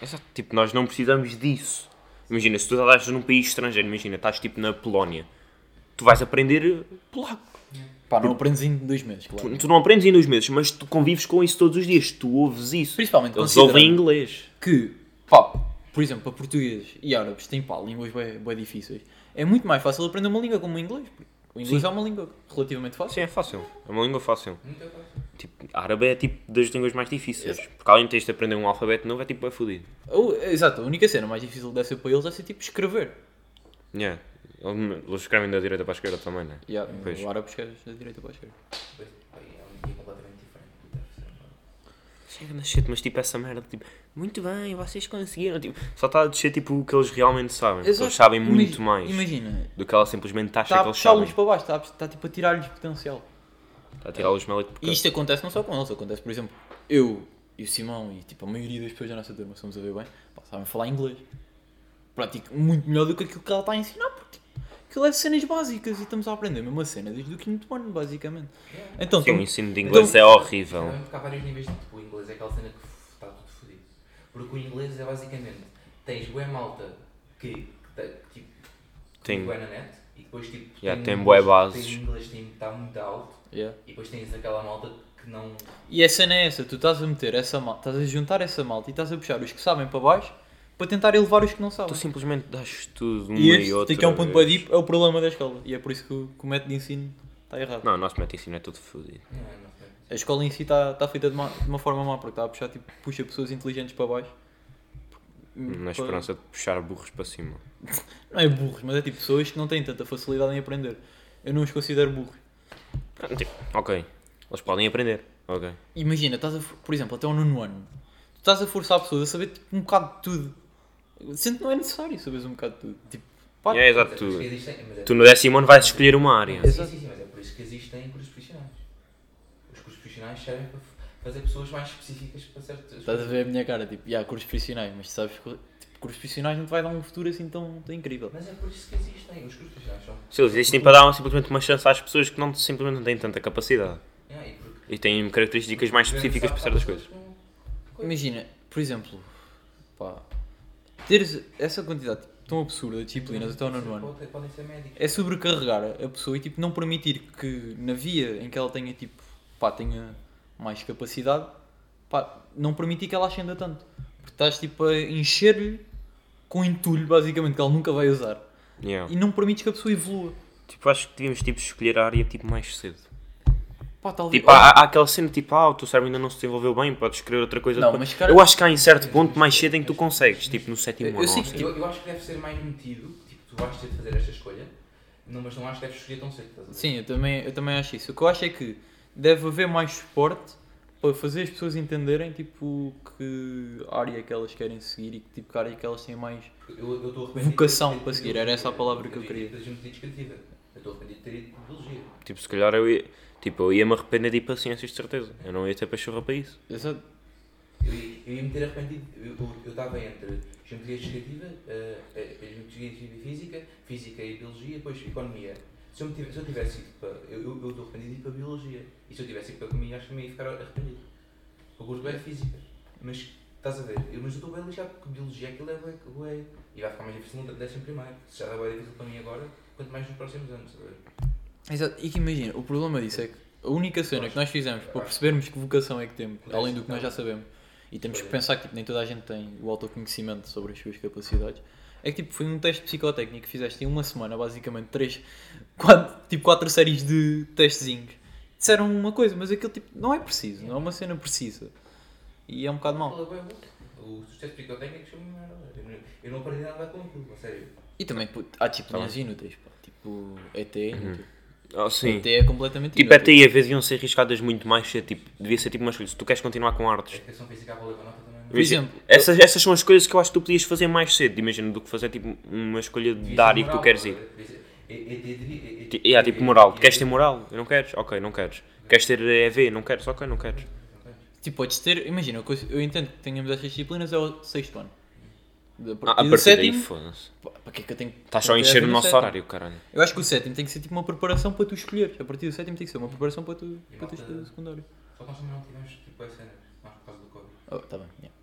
Exato, tipo, nós não precisamos disso. Imagina, se tu estás num país estrangeiro, imagina, estás tipo na Polónia, tu vais aprender polaco.
Pá, não aprendes em dois meses, claro.
Tu, tu não aprendes em dois meses, mas tu convives com isso todos os dias, tu ouves isso.
Principalmente
Eles ouvem
considerando
inglês.
que, pá, por exemplo, para portugueses e árabes tem pá, línguas bem, difíceis. É muito mais fácil aprender uma língua como o inglês. porque O inglês é uma língua relativamente fácil.
Sim, é fácil. É uma língua fácil.
Muito fácil.
Tipo, árabe é tipo das línguas mais difíceis. Porque além de teres de aprender um alfabeto novo, é tipo, é fodido.
Ou, exato, a única cena mais difícil deve ser para eles é ser tipo escrever.
Yeah. Eles escrevem da direita para a esquerda também, né?
Yeah,
Pois.
o árabe escreve é da direita para a esquerda.
Pois, bem, é um dia completamente diferente. deve ser, não
Chega na shit, mas tipo essa merda, tipo, muito bem, vocês conseguiram. Tipo, só está a descer tipo o que eles realmente sabem. Porque eles
Exato.
sabem
Imagi-
muito mais
Imagina,
do que ela simplesmente acha
está a
que eles
puxá-los
sabem.
para baixo, está, a- está, tipo a tirar-lhes potencial.
Está Tá a tirá-los mal e porque
E isto acontece não só com eles, acontece, por exemplo, eu e o Simão e tipo, a maioria das pessoas da nossa turma, se estamos a ver bem, pá, sabem falar inglês. Pratico muito melhor do que aquilo que ela está a ensinar, porque tipo, aquilo é cenas básicas e estamos a aprender a mesma cena desde o quinto ano, basicamente. Então,
Sim, assim, o
estamos-
ensino de inglês é horrível.
Também porque há vários níveis de tipo, o inglês é aquela cena que f- está tudo fodido. Porque o inglês é basicamente, tens bué malta que, que, tá- que, tipo,
Tem-
bué na net e depois tipo...
Yeah, tem bué bases.
Tem inglês tem, está muito alto
Yeah.
e depois tens aquela malta que não...
E a cena é essa, tu estás a meter essa malta, estás a juntar essa malta e estás a puxar os que sabem para baixo para tentar elevar os que não sabem.
Tu simplesmente das tudo uma
E
e,
este,
outra.
tem que é um ponto para
vez.
deep, é o problema da escola. E é por isso que o, que o método de ensino está errado.
Não, o nosso método de ensino é tudo fodido.
Não, é, não sei.
A escola em si está está feita de uma, de uma forma má, porque está a puxar, tipo, puxa pessoas inteligentes para baixo.
Na
Para-
esperança de puxar burros para cima.
Não é burros, mas é tipo pessoas que não têm tanta facilidade em aprender. Eu não os considero burros.
Ah, tipo, ok. Eles podem aprender. Ok.
Imagina, estás a, for- por exemplo, até o nono ano, tu estás a forçar pessoas a saber tipo, um bocado de tudo. Sendo que não é necessário saberes um bocado de tudo. Tipo, pá,
É,
Mas
exato.
é por isso que
Tu,
existem- mas é
tu no décimo ano vais escolher uma área.
Sim, sim, sim, mas é por isso que existem cursos profissionais. Os cursos profissionais servem para f- fazer pessoas mais específicas para certas
estás a ver a minha cara, tipo, já, cursos profissionais, mas sabes que tipo, cursos profissionais não te vai dar um futuro assim tão, tão incrível.
Mas é por isso que existem. Os cursos profissionais são.
Se eles existem para dar simplesmente uma chance às pessoas que não, simplesmente não têm tanta capacidade.
Yeah, e porque
E têm características mais específicas para certas coisas.
Imagina, por exemplo, pá, teres essa quantidade tipo, tão absurda de disciplinas até ao nono ano.
Podem- Podem ser médicos.
é sobrecarregar a pessoa e tipo, não permitir que na via em que ela tenha tipo pá, tenha mais capacidade pá, não permitir que ela ascenda tanto porque estás tipo a encher-lhe com entulho basicamente que ela nunca vai usar
Yeah.
e não permites que a pessoa evolua
Tipo, acho que devíamos tipo, escolher a área tipo, mais cedo.
pá, talvez
Tipo, há, há aquela cena tipo, ah, o teu cérebro ainda não se desenvolveu bem, podes escrever outra coisa.
Não,
depois.
mas, cara-
Eu acho que há em certo ponto mais cedo em que tu consegues, tipo no sétimo
Eu- eu
ano.
sei
acho.
que-
Eu, eu acho que deve ser mais metido. Tipo, tu vais ter de fazer esta escolha. Não, mas não acho que deves escolher tão cedo. Estás a ver?
sim, eu também, eu também acho isso o que eu acho é que deve haver mais suporte para fazer as pessoas entenderem tipo que área é que elas querem seguir e que tipo de área que elas têm mais
Eu, eu estou arrependido
Vocação
de ter-
para
de ter-
seguir, era essa a palavra que eu
de ter-
queria.
de ter metido educativa. Eu estou arrependido de ter ido de biologia.
Tipo, se calhar eu ia, tipo, eu ia me arrepender de ir para ciências, de certeza. Eu não ia ter pachorra para isso.
Exato.
Eu, ia- eu ia me ter arrependido. Eu- Eu eu estava entre geometria educativa, eh, eh, geometria educativa e física, física e biologia, depois economia. Se eu, me tive- se eu tivesse ido para. Eu eu- eu estou arrependido de ir para biologia. E se eu tivesse ido para economia, acho que me ia ficar arrependido. Eu curto bem física. Mas estás a ver? Eu, mas eu estou bem lixado porque biologia aquilo é bem. bem- E vai ficar mais difícil no décimo primeiro. Se já está bem difícil para mim agora, quanto mais nos próximos anos, estás a ver?
Exato, e que imagina, o problema disso é que a única cena que nós fizemos para percebermos que vocação é que temos, além do que nós já sabemos, e temos que pensar que tipo, nem toda a gente tem o autoconhecimento sobre as suas capacidades, É que tipo, foi um teste psicotécnico que fizeste em uma semana, basicamente, três, quatro, tipo, quatro séries de testezinhos. Disseram uma coisa, mas aquilo tipo, não é preciso, não é uma cena precisa. E é um bocado mau.
Os testes psicotécnicos são uma merda. Eu não- Eu não aprendi nada com aquilo, a sério.
E também puto, há tipo linhas inúteis, pá. Tipo, ET é inútil.
Ah, sim.
ET é completamente
Tipo,
inútil.
até aí, às vezes iam ser arriscadas muito mais ser, tipo, devia ser tipo umas coisas. Se tu queres continuar com
A
artes,
educação física à bola com nota também. é
Por exemplo,
essas, essas são as coisas que eu acho que tu podias fazer mais cedo, imagina, do que fazer tipo uma escolha de área que tu queres ir. Ti-
ir.
Yeah, tipo moral, tu queres ter moral? Eu não queres? Ok, não queres. Queres ter EV? Não queres? Ok, não queres.
Tipo, podes ter, imagina, eu, eu entendo que tenhamos estas disciplinas ao sexto ano. De- A
Ah,
partir
a
do
partir daí,
sétimo,
foda-se.
pá, para que é que eu tenho que-
Estás só a
tenho que
encher o
haver
nosso
sétimo?
horário, caralho.
Eu acho que o sétimo tem que ser tipo uma preparação para tu escolheres. A partir do sétimo tem que ser uma preparação para tu,
E
para
malta-
tu escolher o secundário.
Só que nós também não tivemos tipo essa cena, nós por causa do Covid.
Oh, tá bem, yeah.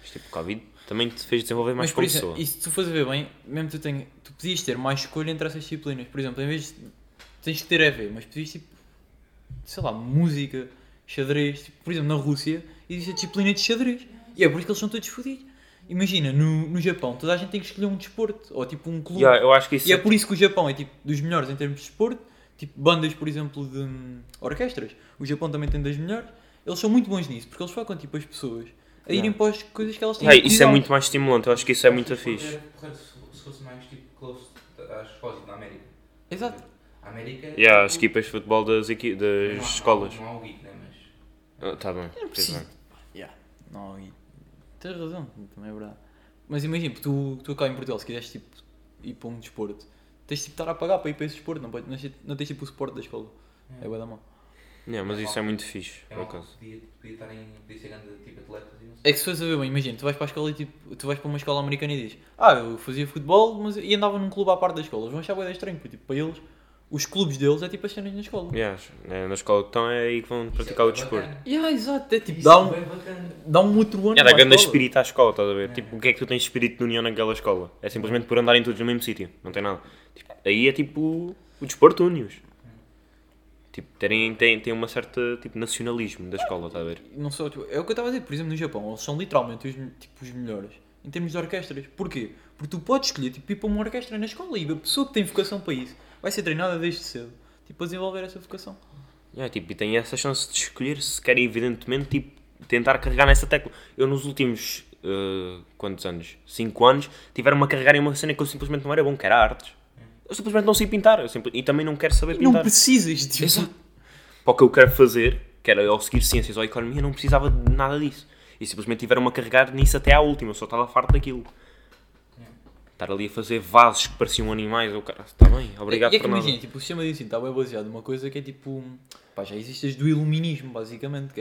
Mas tipo, Covid também te fez desenvolver mais
Mas
como
por
pessoa.
exemplo, e se tu fores a ver bem, mesmo tu, tenha, tu podias ter mais escolha entre essas disciplinas. Por exemplo, em vez de tens que ter EV, mas podias tipo, sei lá, música, xadrez. Tipo, por exemplo, na Rússia existe a disciplina de xadrez. E é por isso que eles são todos fodidos. Imagina, no, no Japão, toda a gente tem que escolher um desporto ou tipo um clube.
Yeah, eu acho que isso
E é
é,
por isso que o Japão é tipo dos melhores em termos de esporte, tipo bandas, por exemplo, de hum, orquestras. O Japão também tem das melhores. Eles são muito bons nisso, porque eles focam tipo as pessoas a irem
Yeah.
para as coisas que elas têm.
Yeah, isso é
curiosidade.
muito mais estimulante, eu acho que isso é muito
Acho que
fixe.
era porreiro se fo- se fosse mais tipo close às escolas da América.
Exato.
A América.
Yeah, as
tipo,
equipas de futebol das, equi- das
não há-
escolas.
Não há o geek, né? Mas.
Ah, tá bem,
Não é
tens
preciso.
bem.
Yeah. Não, e tens razão, também é verdade. Mas imagina, tu, tu cá em Portugal, se quiseres tipo, ir para um desporto, tens tipo de estar a pagar para ir para esse desporto, não, pode, não, tens, não tens tipo o suporte da escola. É boa da mão.
Yeah, mas isso é muito fixe,
É
por
uma
acaso.
podia, podia estar em. Podia ser grande tipo atletas e não sei.
É que se fores a ver bem, imagina, tu vais para a escola e tipo, tu vais para uma escola americana e dizes Ah, eu fazia futebol mas, e andava num clube à parte da escola. Eles vão achar bué de estranho, porque tipo, para eles, os clubes deles é tipo as cenas na escola.
Yeah, é, na escola que estão é aí que vão
Isso é
praticar o
bem
desporto.
bacana.
Yeah, exato, é tipo,
Isso
dá
é
um,
bem bacana.
dá um outro ano
É, dá
para a
grande
escola.
espírito à escola, estás a ver? Tipo, o que é que tu tens espírito de união naquela escola? É simplesmente por andarem todos no mesmo sítio, não tem nada. Tipo, aí é tipo o desporto une-os. Tipo, terem, tem, tem uma certa tipo nacionalismo da escola, estás a ver?
não só, tipo, é o que eu estava a dizer, por exemplo, no Japão, eles são literalmente os, tipo, os melhores em termos de orquestras. Porquê? Porque tu podes escolher tipo, ir para uma orquestra na escola e a pessoa que tem vocação para isso vai ser treinada desde cedo tipo, a desenvolver essa vocação.
Yeah, tipo, e têm essa chance de escolher se querem, evidentemente, tipo, tentar carregar nessa tecla. Eu, nos últimos eh, quantos anos? 5 anos, tiveram-me a carregar em uma cena que eu simplesmente não era bom, que era artes. Eu simplesmente não sei pintar eu simple- e também não quero saber
Não
pintar.
precisas, tipo,
Exato. Para o que eu quero fazer, que era ou seguir ciências ou economia, não precisava de nada disso. E simplesmente tiveram-me a carregar nisso até à última, eu só estava farto daquilo. Estar ali a fazer vasos que pareciam animais, eu cara, está bem, obrigado
e é que
por nada.
imagina, tipo, o sistema de ensino está bem baseado numa coisa que é tipo. Pá, já existes do iluminismo, basicamente, que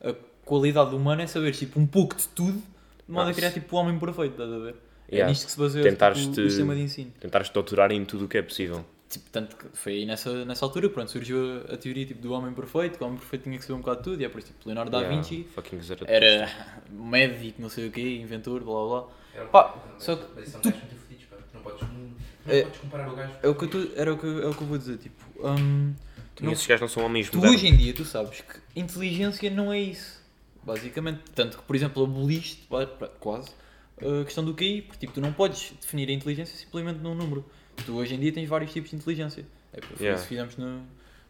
é a qualidade humana é saber tipo, um pouco de tudo, de modo
Ah,
a criar
sim.
tipo o homem perfeito, estás a ver? É
Yeah.
nisto que se baseia
Tentares
tipo,
te-
o sistema de ensino.
Tentares torturar em tudo o que é possível.
Tipo, tanto que foi aí nessa, nessa altura que pronto, surgiu a, a teoria tipo, do homem perfeito, que o homem perfeito tinha que saber um bocado de tudo, e é por isso tipo, Leonardo da
Yeah,
Vinci
fucking Zaratustra.
era médico, não sei o quê, inventor, blá blá blá.
Era
Pá,
bacana, É mas-
só que
Mas são
tu-
gajos muito fodidos, pá. Tu não podes. Não, não
É-
podes comparar o gajo.
É o que eu tô- era o que, eu- é o que eu vou dizer, tipo. hum,
E
não-
esses gajos não são homens
Tu
modernos.
hoje em dia, tu sabes que inteligência não é isso, basicamente. Tanto que, por exemplo, aboliste, pá, pá, quase, a questão do QI, porque tipo, tu não podes definir a inteligência simplesmente num número. Tu hoje em dia tens vários tipos de inteligência. É por
Yeah.
isso que fizemos no...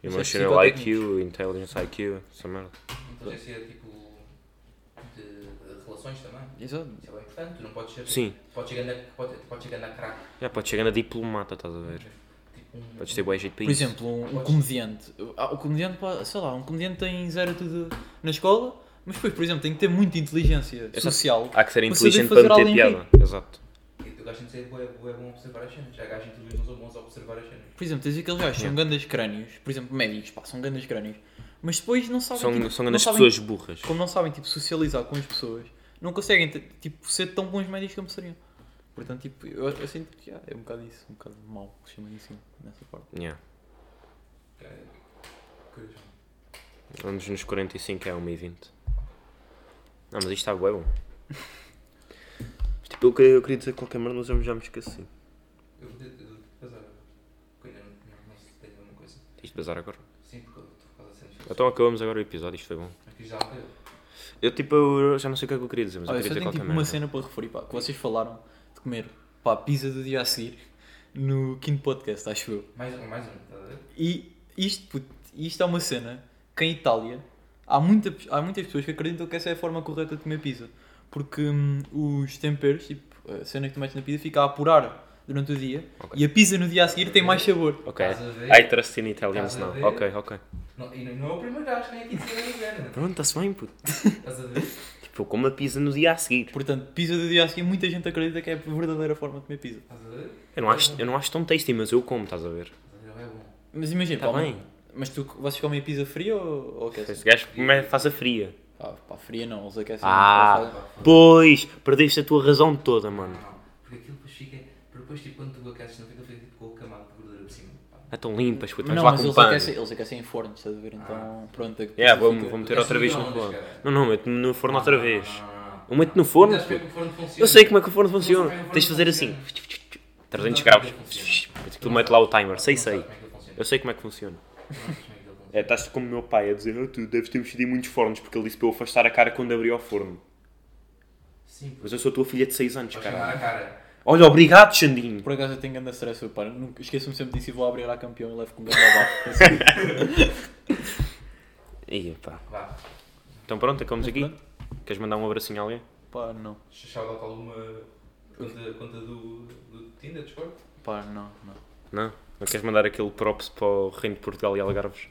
Emotional IQ, Intelligence IQ, essa merda.
Inteligência tipo. de de relações também.
Exato.
Isso é bem importante. Tu não podes ser.
Sim,
Pode chegar na, pode, pode chegar na crack.
já pode chegar na diplomata, estás a ver?
Tipo, um,
Podes ter boa jeito para
Por
isso.
exemplo, um, um comediante. Ah, O comediante, pá, sei lá, um comediante tem zero tudo na escola, mas depois, por exemplo, tem que ter muita inteligência
Exato.
social.
Há que ser
Para saber
inteligente
fazer
para meter
alguém rir.
piada. Exato.
E tu gajo não sei, é bué- bué bom a observar as cenas. Já gajos em televisão são bons a observar as cenas.
Por exemplo, tens aqueles gajos que são grandes crânios, por exemplo, médicos, pá, são grandes crânios, mas depois não sabem.
São,
tipo,
são
não
grandes
sabem-
pessoas burras.
como não sabem tipo, socializar com as pessoas, não conseguem t- tipo, ser tão bons médicos como seriam. Portanto, tipo, eu, eu sinto que ah, é um bocado isso, um bocado mau que se chama isso nessa parte.
Yeah.
Que é- que-
Vamos nos 45 é 1 e 20. Não, mas isto está bué bom. Mas, tipo, eu queria, eu queria dizer qualquer merda, mas eu já me esqueci.
Eu vou ter de passar. Porque ainda não, não, não se tem uma coisa.
Tens de bazar agora.
Sim, porque eu estou por causa de cenas.
Então acabamos agora o episódio, isto foi bom.
Aqui já deu.
Eu tipo, eu já não sei o que é que eu queria dizer, mas
Olha,
eu
eu
queria
só
dizer
tenho
qualquer
tipo,
merda.
uma cena para referir, pá, que vocês falaram de comer pá, pizza do dia a seguir, no quinto podcast, acho eu.
Mais um, mais um, estás a ver?
E isto, puto, isto é uma cena que em Itália há, muita, há muitas pessoas que acreditam que essa é a forma correta de comer pizza. Porque hum, os temperos, tipo, a cena que tu metes na pizza fica a apurar durante o dia
Ok.
e a pizza no dia a seguir tem mais sabor.
Ok.
Estás a ver?
I trust in Italians
Estás a
now.
ver?
Ok, ok.
Não, e não- não é o primeiro gajo que vem aqui dizer a inverno.
Pronto, está-se bem, puto.
né? Estás a ver?
Tipo, eu como a pizza no dia a seguir.
Portanto, pizza do dia a seguir, muita gente acredita que é a verdadeira forma de comer pizza.
Estás a ver?
Eu não acho, eu não acho tão tasty, mas eu como, estás a ver?
Estás a ver? É bom.
Mas imagina,
Está
pá,
Tá bem.
mas tu, vocês comem pizza fria ou, é ou aquece?
Esse gajo primeiro faz a fria.
Ah, pá, fria não, eles aquecem.
Ah, pois, perdeste a tua razão toda, mano.
Não, porque aquilo depois fica. Porque depois, tipo, quando tu aqueces, não fica feito tipo, com o camado de gordura por cima. Pá,
É tão limpas, puto. Vamos
Não,
lá
mas
com
eles
pano. Ah.
aquecem, eles aquecem em forno, estás a ver? Então, pronto. a
Yeah,
pizza
vou,
fica-
vou meter outra vez no forno.
Aquece
Não, não, mete-me no forno outra vez.
Não, não, não.
Eu meto no forno,
Ah. Mas como é
puto.
que o forno funciona?
Eu sei como é que o forno
Não sabes
funciona.
como é que o
Tens de
forno
fazer assim.
funciona.
300
Não sabes
graus.
como é que funciona.
Tu mete lá o timer. Sei,
Não sabes
sei.
como é que ele funciona.
Eu sei como é que funciona.
Não sabes como é que ele funciona.
É, estás como o meu pai a dizer, "Oh, tu deves ter mexido em muitos fornos, porque ele disse para eu afastar a cara quando abri o forno.
Sim, porque
Mas eu sou a tua filha de 6 anos,
vai chamar
cara.
a cara.
Olha, obrigado, Xandinho.
Por acaso eu tenho grande stress, eu paro. Nunca- Esqueço-me sempre disso e vou abrir a campeão e levo com um grande abafo.
Ih, pá.
Vá.
Então pronto, acabamos aqui.
Pronto.
Queres mandar um abracinho a alguém?
Pá, não.
Shout out alguma conta, conta do, do Tinder, Discord?
Pá, não, não.
Não? Não queres mandar aquele props para o Reino de Portugal e Algarves?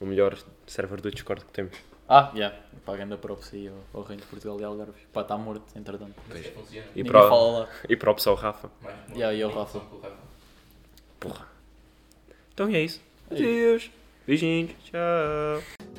O melhor server do Discord que temos.
Ah, já. Yeah. Pá, grande props aí ao, ao Reino de Portugal e Algarves. Pá, está morto, entretanto.
Não sei se funciona.
E,
Ninguém
pro-
fala lá.
e props ao Rafa.
Mais uma
Yeah, e ao
conexão
Rafa.
com o Rafa.
Porra. Então é isso. Adeus. Beijinhos. Tchau.